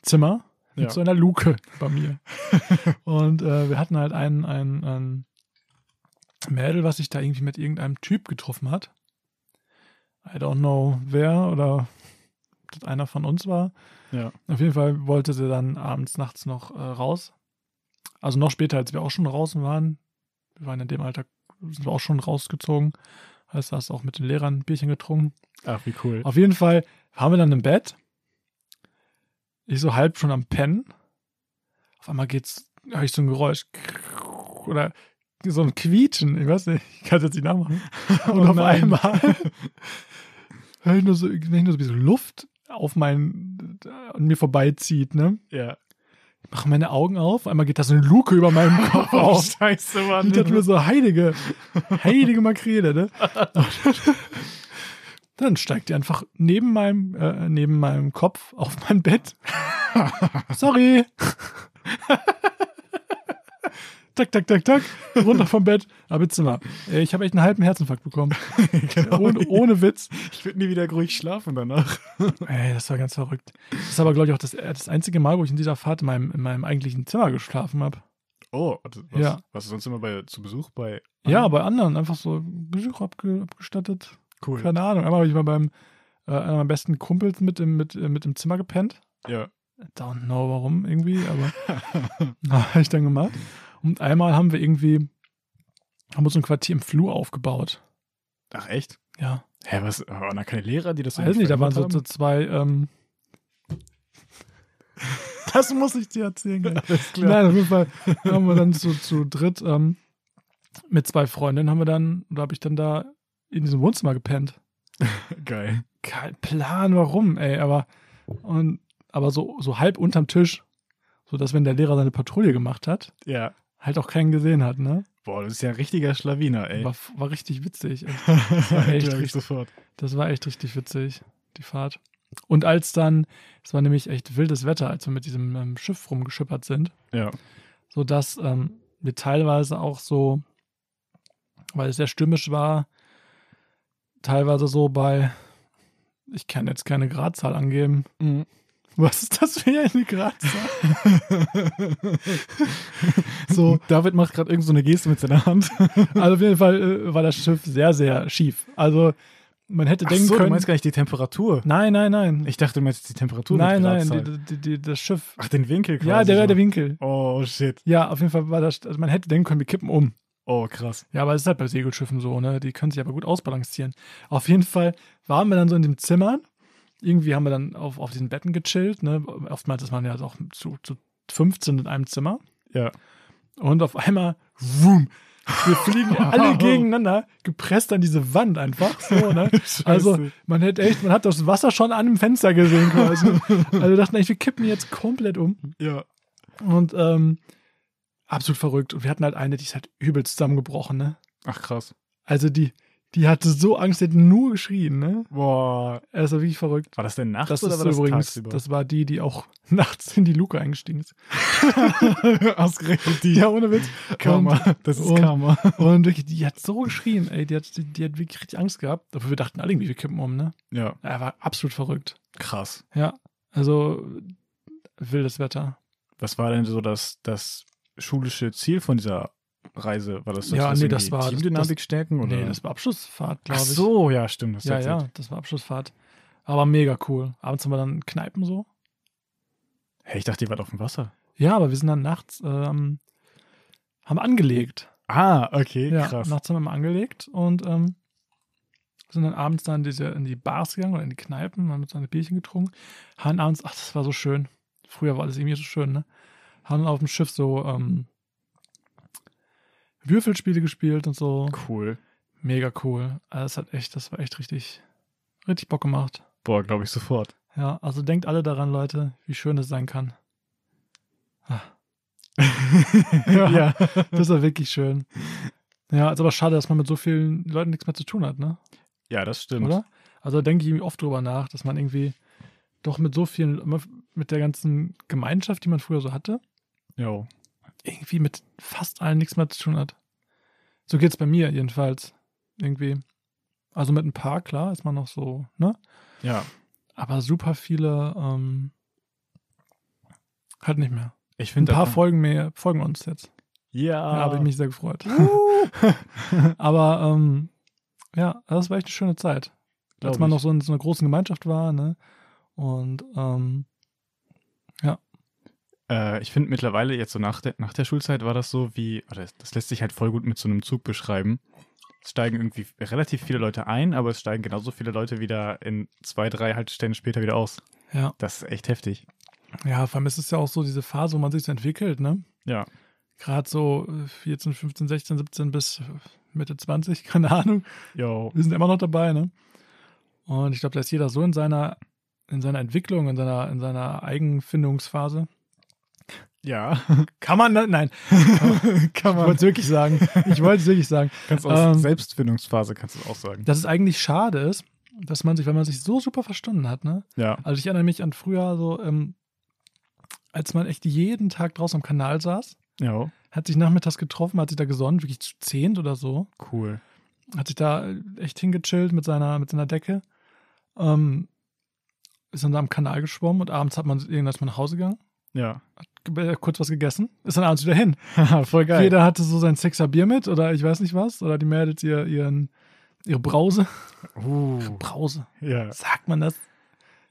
Zimmer mit Ja. so einer Luke bei mir. und äh, wir hatten halt ein, ein, ein Mädel, was sich da irgendwie mit irgendeinem Typ getroffen hat. I don't know wer oder ob das einer von uns war. Ja. Auf jeden Fall wollte sie dann abends, nachts noch äh, raus. Also noch später, als wir auch schon draußen waren. Wir waren in dem Alter, sind wir auch schon rausgezogen. Heißt, da hast du auch mit den Lehrern ein Bierchen getrunken. Ach, wie cool. Mhm. Auf jeden Fall waren wir dann im Bett. Ich so halb schon am Pennen. Auf einmal geht's, höre ich so ein Geräusch. Oder so ein Quietschen. Ich weiß nicht, ich kann es jetzt nicht nachmachen. Und Oh auf nein. einmal höre ich nur so, wenn ich nur so ein bisschen Luft auf meinen, an mir vorbeizieht, ne? Ja. Ich mache meine Augen auf, einmal geht da so eine Luke über meinem Kopf Oh. auf. scheiße, Mann. Ich dachte mir so, heilige, heilige Makrele, ne? Und Dann steigt die einfach neben meinem, äh, neben meinem Kopf auf mein Bett. Sorry. tak, tak, tak, tak. Runter vom Bett. Aber Zimmer. Äh, Ich habe echt einen halben Herzinfarkt bekommen. Glaub Ohne, ich. ohne Witz. Ich würde nie wieder ruhig schlafen danach. Ey, das war ganz verrückt. Das ist aber, glaube ich, auch das, äh, das einzige Mal, wo ich in dieser Fahrt in meinem, in meinem eigentlichen Zimmer geschlafen habe. Oh, was, Ja. was ist sonst immer bei, zu Besuch bei. Ja, bei anderen einfach so Besuch abge, abgestattet. cool. Keine Ahnung. Einmal habe ich mal beim äh, einer meiner besten Kumpels mit im, mit, äh, mit im Zimmer gepennt. Ja. Don't know warum irgendwie, aber habe ich dann gemacht. Und einmal haben wir irgendwie, haben uns ein Quartier im Flur aufgebaut. Ach, echt? Ja. Hä, was? Waren da keine Lehrer, die das Weiß nicht, da waren so, verändert so zwei, ähm, das muss ich dir erzählen. Gleich. haben? Alles klar. Nein, auf jeden Fall haben wir dann zu, zu dritt ähm, mit zwei Freundinnen haben wir dann, oder habe ich dann da in diesem Wohnzimmer gepennt. Geil. Kein Plan, warum, ey, aber, und, aber so, so halb unterm Tisch, sodass, wenn der Lehrer seine Patrouille gemacht hat, Ja. halt auch keinen gesehen hat, ne? Boah, das ist ja ein richtiger Schlawiner, ey. War, war richtig witzig. echt. war echt richtig- sofort. Das war echt richtig witzig, die Fahrt. Und als dann, es war nämlich echt wildes Wetter, als wir mit diesem ähm, Schiff rumgeschippert sind, Ja. sodass ähm, wir teilweise auch so, weil es sehr stürmisch war, teilweise so bei, ich kann jetzt keine Gradzahl angeben. Mhm. Was ist das für eine Gradzahl? so, David macht gerade irgend so eine Geste mit seiner Hand. also auf jeden Fall äh, war das Schiff sehr, sehr schief. Also man hätte denken du können. meinst gar nicht die Temperatur. Nein, nein, nein. Ich dachte, du meinst die Temperatur. mit nein, nein, Gradzahl. die, die, die, das Schiff. Ach, den Winkel quasi. Ja, der so. wäre der Winkel. Oh, shit. Ja, auf jeden Fall war das, also man hätte denken können, wir kippen um. Oh, krass. Ja, aber es ist halt bei Segelschiffen so, ne? Die können sich aber gut ausbalancieren. Auf jeden Fall waren wir dann so in dem Zimmer. Irgendwie haben wir dann auf, auf diesen Betten gechillt, ne? Oftmals ist man ja auch zu, zu 15 in einem Zimmer. Ja. Und auf einmal, wum, wir fliegen alle gegeneinander, gepresst an diese Wand einfach so, ne? Also Scheiße. man hätte echt, man hat das Wasser schon an dem Fenster gesehen quasi. Also wir dachten echt, wir kippen jetzt komplett um. Ja. Und ähm, absolut verrückt. Und wir hatten halt eine, die ist halt übel zusammengebrochen, ne? Ach, krass. Also die, die hatte so Angst, die hat nur geschrien, ne? Boah. Also wirklich verrückt. War das denn nachts Das oder ist war das übrigens, tagsüber? das war die, die auch nachts in die Luke eingestiegen ist. Ausgerechnet die. Ja, ohne Witz. Karma. Das ist und- Karma. Und, und wirklich, die hat so geschrien, ey, die hat, die, die hat wirklich richtig Angst gehabt. Aber wir dachten alle irgendwie, wir kippen um, ne? Ja. Er war absolut verrückt. Krass. Ja, also wildes Wetter. Was war denn so das, das schulische Ziel von dieser Reise? War das Ja, nee, irgendwie das war- das- Teamdynamik stärken? Oder? Nee, das war Abschlussfahrt, Ach glaube ich. so, ja, stimmt. hast du Ja, erzählt. ja, das war Abschlussfahrt. Aber mega cool. Abends haben wir dann Kneipen so. Hey, ich dachte, ihr wart auf dem Wasser. Ja, aber wir sind dann nachts, ähm, haben angelegt. Ah, okay, Ja, krass. nachts haben wir mal angelegt und ähm, sind dann abends dann in diese, in die Bars gegangen oder in die Kneipen, haben uns dann ein Bierchen getrunken. Haben abends, ach, das war so schön. Früher war alles irgendwie so schön, ne? Haben auf dem Schiff so ähm, Würfelspiele gespielt und so. Cool. Mega cool. Also das hat echt, das war echt richtig, richtig Bock gemacht. Boah, glaube ich sofort. Ja, also denkt alle daran, Leute, wie schön es sein kann. Ah, Ja. Das war wirklich schön. Ja, ist aber schade, dass man mit so vielen Leuten nichts mehr zu tun hat, ne? ja, das stimmt. Oder? Also da denke ich irgendwie oft drüber nach, dass man irgendwie doch mit so vielen, mit der ganzen Gemeinschaft, die man früher so hatte, Jo. irgendwie mit fast allen nichts mehr zu tun hat. So geht's bei mir jedenfalls. Irgendwie. Also mit ein paar, klar, ist man noch so, ne? Ja, Aber super viele, ähm, halt nicht mehr. ich Ein finde paar folgen mir, folgen uns jetzt. Ja, Ja, habe ich mich sehr gefreut. Aber ähm, ja, das war echt eine schöne Zeit. Glaub als man ich. noch so in so einer großen Gemeinschaft war, ne? Und ähm, Äh, ich finde mittlerweile jetzt so nach der, nach der Schulzeit war das so wie, oder das, das lässt sich halt voll gut mit so einem Zug beschreiben. Es steigen irgendwie relativ viele Leute ein, aber es steigen genauso viele Leute wieder in zwei, drei Haltestellen später wieder aus. ja. Das ist echt heftig. Ja, vor allem ist es ja auch so diese Phase, wo man sich so entwickelt, ne? Ja. Gerade so äh, 14, 15, 16, 17 bis äh, Mitte 20, keine Ahnung. Jo. Wir sind immer noch dabei, ne? Und ich glaube, da ist jeder so in seiner, in seiner Entwicklung, in seiner, in seiner Eigenfindungsphase. Ja. Kann man, da- nein, Kann ich wollte es wirklich sagen. Ich wollte es wirklich sagen. Kannst aus Ähm, Selbstfindungsphase kannst du es auch sagen. dass es eigentlich schade ist, dass man sich, wenn man sich so super verstanden hat, ne? Ja. Also ich erinnere mich an früher so, ähm, als man echt jeden Tag draußen am Kanal saß, Jo. hat sich nachmittags getroffen, hat sich da gesonnen, wirklich zu zehnt oder so, Cool. hat sich da äh, echt hingechillt mit seiner, mit seiner Decke, ähm, ist dann da am Kanal geschwommen und abends hat man irgendwann ist man nach Hause gegangen, Ja. ge- äh, kurz was gegessen, ist dann abends wieder hin. Voll Jeder hatte so sein Sixer Bier mit oder ich weiß nicht was, oder die meldet ihr ihren, ihre Brause. Uh. Brause, Ja. sagt man das?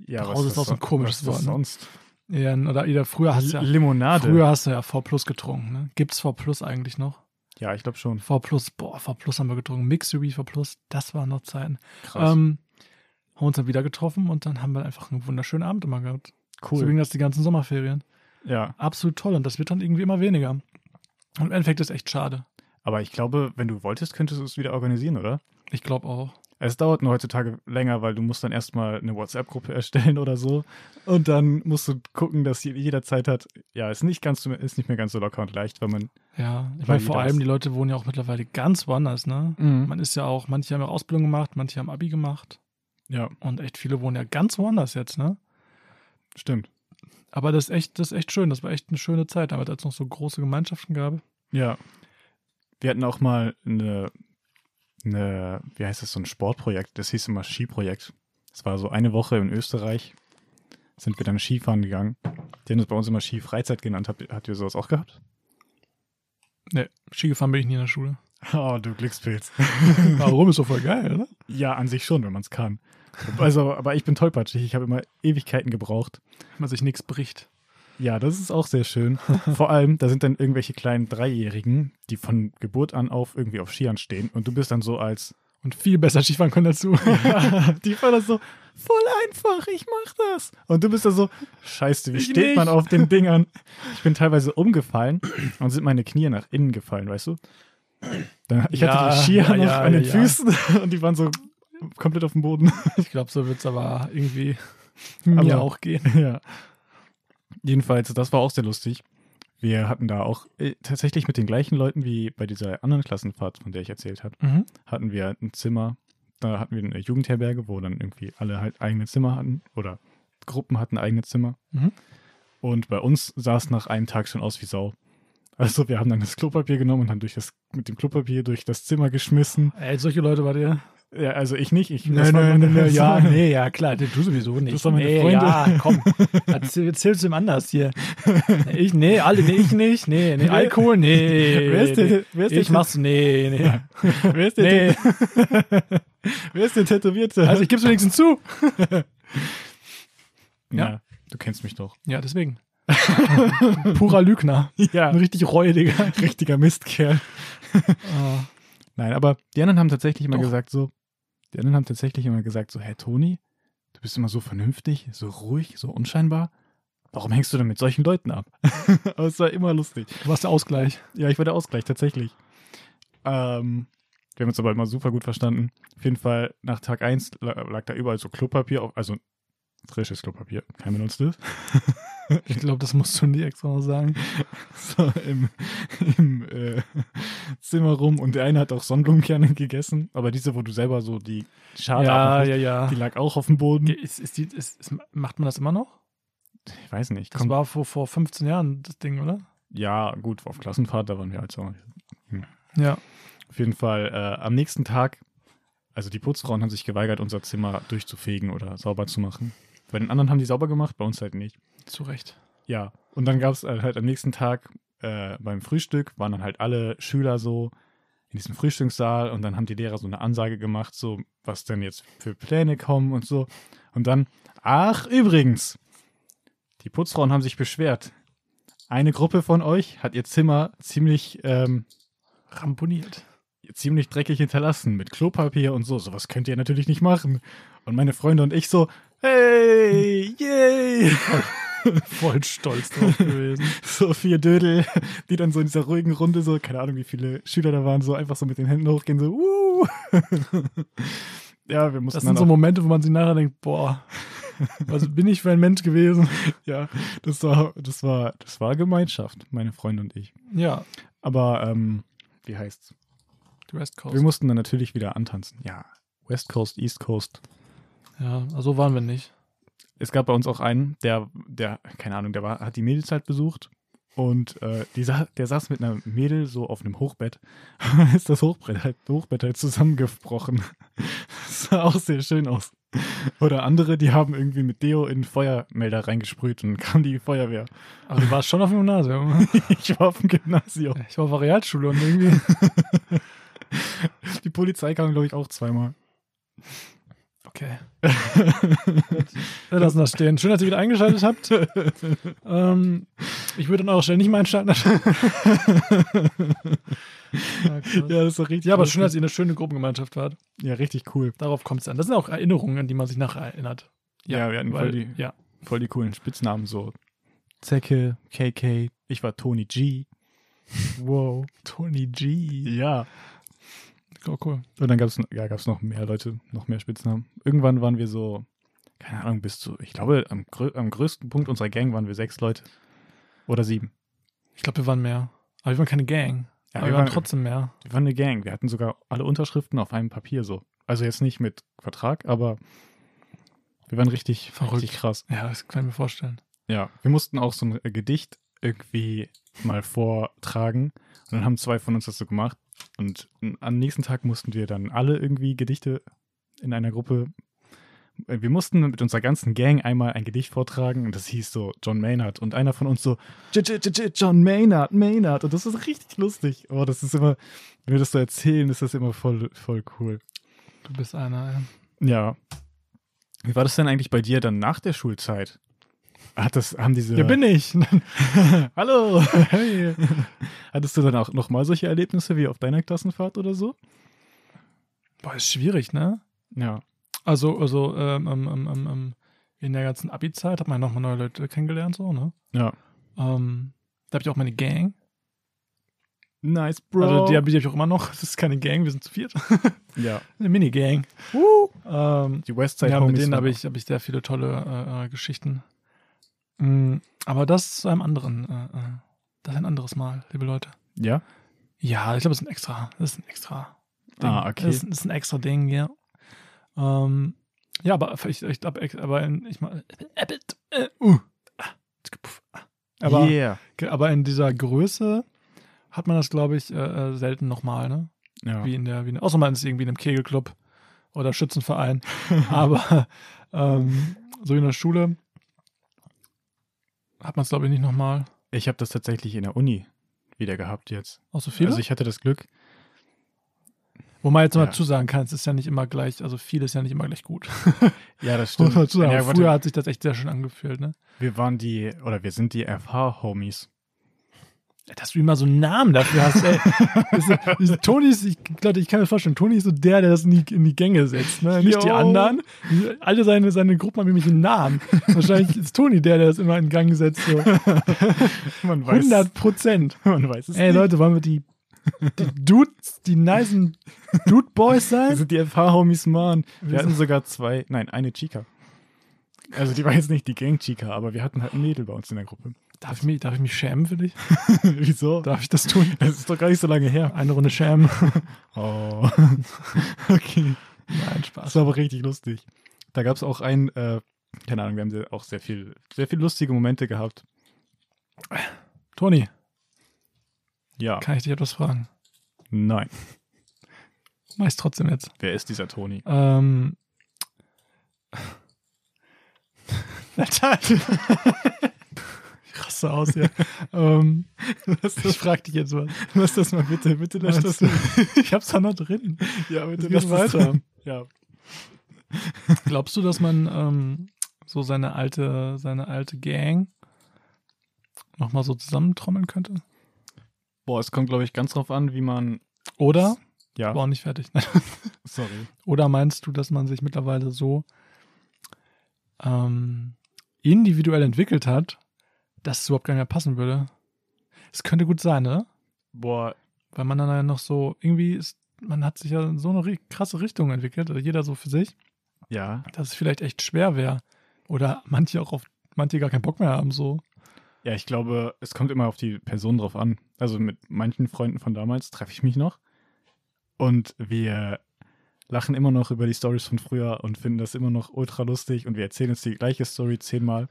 ja Brause ist auch so ein komisches was ist das Wort, sonst? Ja, oder jeder früher hast du ja, Limonade. früher hast du ja V Plus getrunken, ne? Gibt's V Plus eigentlich noch? Ja, ich glaube schon. V Plus, boah, V Plus haben wir getrunken, Mixery V Plus, das waren noch Zeiten. Krass. Ähm, haben uns dann wieder getroffen und dann haben wir einfach einen wunderschönen Abend immer gehabt. So ging das die ganzen Sommerferien. Ja. Absolut toll und das wird dann irgendwie immer weniger. Und im Endeffekt ist echt schade. Aber ich glaube, wenn du wolltest, könntest du es wieder organisieren, oder? Ich glaube auch. Es dauert nur heutzutage länger, weil du musst dann erstmal eine WhatsApp-Gruppe erstellen oder so. Und dann musst du gucken, dass je- jeder Zeit hat. Ja, ist nicht, ganz, so- ist nicht mehr ganz so locker und leicht, weil man. Ja, ich Weil meine, vor jeder allem ist- die Leute wohnen ja auch mittlerweile ganz woanders, ne? Mhm. Man ist ja auch, manche haben ja Ausbildung gemacht, manche haben Abi gemacht Ja, und echt viele wohnen ja ganz woanders jetzt, ne? stimmt. Aber das ist echt, das ist echt schön. Das war echt eine schöne Zeit, damals, als es noch so große Gemeinschaften gab. Ja. Wir hatten auch mal eine, eine, wie heißt das, so ein Sportprojekt, das hieß immer Skiprojekt. Es war so eine Woche in Österreich, sind wir dann Skifahren gegangen. Die haben das bei uns immer Skifreizeit genannt. Habt, ihr- habt ihr sowas auch gehabt? Ne, Skigefahren bin ich nie in der Schule. Oh, du Glückspilz. Warum ist doch voll geil, oder? ja, an sich schon, wenn man es kann. Also, aber ich bin tollpatschig, ich habe immer Ewigkeiten gebraucht. Wenn man sich nichts bricht. Ja, das ist auch sehr schön. Vor allem, da sind dann irgendwelche kleinen Dreijährigen, die von Geburt an auf irgendwie auf Skiern stehen und du bist dann so als Und viel besser Skifahren können als du. die war das so, voll einfach, ich mach das. Und du bist da so, scheiße, wie Ich steht nicht. man auf den Dingern? Ich bin teilweise umgefallen und sind meine Knie nach innen gefallen, weißt du? Dann, ich hatte Ja, die Skier ja, noch ja, an den ja, ja. Füßen und die waren so komplett auf dem Boden. Ich glaube, so wird es aber irgendwie Aber- mir auch gehen. ja. Jedenfalls, das war auch sehr lustig. Wir hatten da auch äh, tatsächlich mit den gleichen Leuten wie bei dieser anderen Klassenfahrt, von der ich erzählt habe. Mhm. hatten wir ein Zimmer, da hatten wir eine Jugendherberge, wo dann irgendwie alle halt eigene Zimmer hatten oder Gruppen hatten eigene Zimmer. Mhm. Und bei uns sah es nach einem Tag schon aus wie Sau. Also wir haben dann das Klopapier genommen und haben durch das, mit dem Klopapier durch das Zimmer geschmissen. Ey, solche Leute bei dir? Ja, also ich nicht. Ich, Nö, das war nö, meine- nö, nö, ja, das war- nee, ja, klar, du sowieso nicht. Das waren meine nee, Freunde. ja, komm, erzähl, erzähl's ihm anders hier. Ich, nee, alle, nee, ich nicht, nee, nee, Wer- Alkohol, nee. Wer ist nee. denn- wer ist Ich denn- mach's, nee, nee. Wer ist der, nee. wer ist der Tätowierte? Also ich gib's wenigstens zu. ja. du kennst mich doch. Ja, deswegen. Purer Lügner. Ja, Ein richtig räudiger. richtiger Mistkerl. Ah, Nein, aber die anderen haben tatsächlich immer Doch. gesagt so, die anderen haben tatsächlich immer gesagt so, hey Toni, du bist immer so vernünftig, so ruhig, so unscheinbar. Warum hängst du denn mit solchen Leuten ab? aber es war immer lustig. du warst der Ausgleich. Ja, ich war der Ausgleich, tatsächlich. Ähm, wir haben uns aber immer super gut verstanden. Auf jeden Fall, nach Tag 1 lag, lag da überall so Klopapier, auf, also frisches Klopapier, kein benutztes. Ich glaube, das musst du nie extra noch sagen. so im, im äh, Zimmer rum und der eine hat auch Sonnenblumenkerne gegessen, aber diese, wo du selber so die Schale abmachst, ja, ja. die lag auch auf dem Boden. Ist, ist die, ist, ist, macht man das immer noch? Ich weiß nicht. Das Kommt, war vor, vor 15 Jahren das Ding, oder? ja, gut, auf Klassenfahrt, da waren wir halt so. Ja. Auf jeden Fall äh, am nächsten Tag, also die Putzfrauen haben sich geweigert, unser Zimmer durchzufegen oder sauber zu machen. Bei den anderen haben die sauber gemacht, bei uns halt nicht. Zu Recht. Ja, und dann gab es halt am nächsten Tag äh, beim Frühstück, waren dann halt alle Schüler so in diesem Frühstückssaal und dann haben die Lehrer so eine Ansage gemacht, so was denn jetzt für Pläne kommen und so. Und dann, ach übrigens, die Putzfrauen haben sich beschwert. Eine Gruppe von euch hat ihr Zimmer ziemlich, ähm, Ramponiert. ziemlich dreckig hinterlassen mit Klopapier und so. Sowas könnt ihr natürlich nicht machen. Und meine Freunde und ich so, hey, yay! Voll stolz drauf gewesen. so vier Dödel, die dann so in dieser ruhigen Runde so, keine Ahnung, wie viele Schüler da waren, so einfach so mit den Händen hochgehen, so, uh. Ja, wir mussten Das sind so dann auch, Momente, wo man sich nachher denkt, boah, was bin ich für ein Mensch gewesen? ja, das war, das war, das war Gemeinschaft, meine Freunde und ich. Ja, Aber, ähm, wie heißt's? die West Coast. Wir mussten dann natürlich wieder antanzen. Ja, West Coast, East Coast. Ja, so waren wir nicht. Es gab bei uns auch einen, der, der, keine Ahnung, der war, hat die Mädels halt besucht. Und äh, die sa der saß mit einer Mädel so auf einem Hochbett. ist das Hochbrett halt, Hochbett halt zusammengebrochen. das sah auch sehr schön aus. Oder andere, die haben irgendwie mit Deo in Feuermelder reingesprüht und dann kam die Feuerwehr. Aber du warst schon auf dem Gymnasium. ich war auf dem Gymnasium. Ich war auf der Realschule und irgendwie. Die Polizei kam, glaube ich, auch zweimal. Okay. Wir lassen das stehen. Schön, dass ihr wieder eingeschaltet habt. Ähm, ich würde an eurer Stelle nicht mehr einschalten. ja, krass. Ja, das war richtig. Ah, ja, aber schön, dass ihr eine schöne Gruppengemeinschaft wart. Ja, richtig cool. Darauf kommt es an. Das sind auch Erinnerungen, an die man sich nachher erinnert. Ja, wir hatten voll Weil, die- ja. Voll die coolen Spitznamen so. Zecke, KK, ich war Tony G. Wow, Tony G. Ja. Oh, cool. Und dann gab es ja, gab's noch mehr Leute, noch mehr Spitznamen. Irgendwann waren wir so, keine Ahnung, bis zu, ich glaube, am, grö am größten Punkt unserer Gang waren wir sechs Leute. Oder sieben. Ich glaube, wir waren mehr. Aber wir waren keine Gang. Ja, aber wir waren trotzdem mehr. wir waren eine Gang. Wir hatten sogar alle Unterschriften auf einem Papier so. Also jetzt nicht mit Vertrag, aber wir waren richtig, Verrückt. richtig krass. Ja, das kann ich mir vorstellen. Ja, wir mussten auch so ein äh, Gedicht irgendwie mal vortragen. Und dann haben zwei von uns das so gemacht. Und n- am nächsten Tag mussten wir dann alle irgendwie Gedichte in einer Gruppe. äh, Wir mussten mit unserer ganzen Gang einmal ein Gedicht vortragen und das hieß so John Maynard. Und einer von uns so, "J- J- J- J- John Maynard, Maynard. Und das ist richtig lustig. Oh, das ist immer, wenn wir das so erzählen, ist das immer voll, voll cool. Du bist einer. Ja. Ja. Wie war das denn eigentlich bei dir dann nach der Schulzeit? Hat das, haben diese. Hier bin ich. Hallo! Hey. Hattest du dann auch nochmal solche Erlebnisse wie auf deiner Klassenfahrt oder so? Boah, ist schwierig, ne? Ja. Also, also ähm, ähm, ähm, ähm, ähm, in der ganzen Abi-Zeit hat man nochmal neue Leute kennengelernt, so, ne? Ja. Ähm, da habe ich auch meine Gang. Nice, Bro. Also, die habe ich auch immer noch. Das ist keine Gang, wir sind zu viert. ja. Eine Mini-Gang. Ähm, Die Westside ja, mit denen waren- habe ich, hab ich sehr viele tolle äh, äh, Geschichten. Mm, aber das zu einem anderen, äh, äh, das ein anderes Mal, liebe Leute. Ja? Ja, ich glaube, es ist ein extra, das ist ein extra Ding. Ah, okay. Das ist, das ist ein extra Ding, ja. Ähm, ja, aber ich, ich glaube, aber in, ich mal, äh, äh, uh, ah, puff, ah. aber, yeah. aber in dieser Größe hat man das, glaube ich, äh, äh, selten nochmal, ne? Ja. wie in der, wie in, außer man ist irgendwie in einem Kegelclub oder Schützenverein. Aber ähm, so in der Schule hat man es, glaube ich, nicht nochmal. Ich habe das tatsächlich in der Uni wieder gehabt jetzt. Auch so viele. Also ich hatte das Glück. Wo man jetzt Ja. mal zusagen kann, es ist ja nicht immer gleich, also viel ist ja nicht immer gleich gut. Ja, das Muss man zusagen. Ja, Aber Früher warte, hat sich das echt sehr schön angefühlt, ne? wir waren die, oder wir sind die FH-Homies. Ja, Dass du immer so einen Namen dafür hast, ey. Das ist, das ist, Toni ist, ich glaube, ich kann mir vorstellen, Toni ist so der, der das in die, in die Gänge setzt, ne? Nicht die Yo. anderen. Alle seine, seine Gruppen haben nämlich einen Namen. Wahrscheinlich ist Toni der, der das immer in Gang setzt, so. Man 100 Prozent. man weiß es Ey nicht. Leute, wollen wir die, die Dudes, die nicen Dude Boys Wir sein? sind die FH-Homies, Mann. Wir Wir hatten sogar zwei, nein, eine Chica. Also die war jetzt nicht die Gang-Chica, aber wir hatten halt ein Mädel bei uns in der Gruppe. Darf ich mich, darf ich mich schämen für dich? Wieso? Darf ich das tun? Das ist doch gar nicht so lange her. Eine Runde schämen. Oh. okay. Nein, Das Spaß. war aber richtig lustig. Da gab es auch einen, äh, keine Ahnung, wir haben sehr- auch sehr viel, sehr viel lustige Momente gehabt. Toni, Ja. kann ich dich etwas fragen? Nein. Mach ich's trotzdem jetzt. Wer ist dieser Toni? Ähm. Natal. Rasse aus, ja. ähm, Lass ich frag dich jetzt was. lass das mal bitte, bitte Weißt du, ich hab's da noch drin. Ja, bitte lass das drin. Ja. Glaubst du, dass man ähm, so seine alte, seine alte Gang nochmal so zusammentrommeln könnte? Boah, es kommt, glaube ich, ganz drauf an, wie man. Oder? Ja. War auch nicht fertig. Sorry. Oder meinst du, dass man sich mittlerweile so ähm, individuell entwickelt hat, dass es überhaupt gar nicht mehr passen würde? Es könnte gut sein, ne? Boah, Weil man dann ja noch so, irgendwie ist, man hat sich ja in so eine ri- krasse Richtung entwickelt, also jeder so für sich, ja. dass es vielleicht echt schwer wäre. Oder manche auch auf, manche gar keinen Bock mehr haben, so. Ja, ich glaube, es kommt immer auf die Person drauf an. Also mit manchen Freunden von damals treffe ich mich noch und wir lachen immer noch über die Stories von früher und finden das immer noch ultra lustig und wir erzählen uns die gleiche Story zehnmal.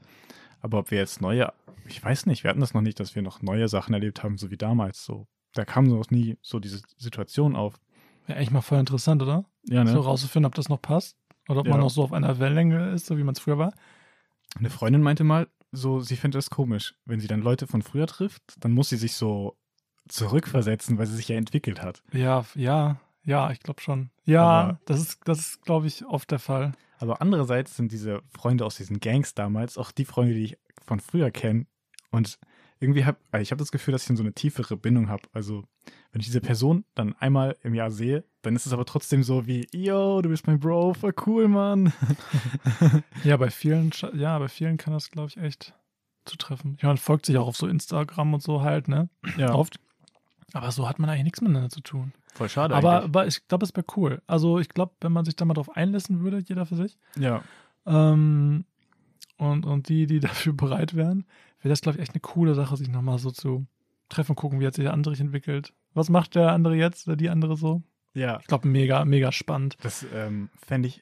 Aber ob wir jetzt neue, ich weiß nicht, wir hatten das noch nicht, dass wir noch neue Sachen erlebt haben, so wie damals. So, da kam so noch nie so diese Situation auf. Wäre eigentlich mal voll interessant, oder? Ja, So ne? rauszufinden, ob das noch passt. Oder ob man Ja. noch so auf einer Wellenlänge ist, so wie man es früher war. Eine Freundin meinte mal, so, sie fände das komisch. Wenn sie dann Leute von früher trifft, dann muss sie sich so zurückversetzen, weil sie sich ja entwickelt hat. Ja, f- ja, ja, ich glaube schon. Ja, Aber- das ist, das ist, glaube ich, oft der Fall. Aber andererseits sind diese Freunde aus diesen Gangs damals auch die Freunde, die ich von früher kenne. Und irgendwie habe ich habe das Gefühl, dass ich dann so eine tiefere Bindung habe. Also, wenn ich diese Person dann einmal im Jahr sehe, dann ist es aber trotzdem so wie, yo, du bist mein Bro, voll cool, Mann. Ja, bei vielen, scha- ja, bei vielen kann das, glaube ich, echt zutreffen. Ich meine, folgt sich auch auf so Instagram und so halt, ne? Ja, Oft. Aber so hat man eigentlich nichts miteinander zu tun. Voll schade Aber, eigentlich. aber ich glaube, es wäre cool. Also ich glaube, wenn man sich da mal drauf einlassen würde, jeder für sich, Ja. ähm, und, und die, die dafür bereit wären, wäre das, glaube ich, echt eine coole Sache, sich nochmal so zu treffen, gucken, wie hat sich der andere sich entwickelt. Was macht der andere jetzt oder die andere so? Ja. Ich glaube, mega, mega spannend. Das ähm, fände ich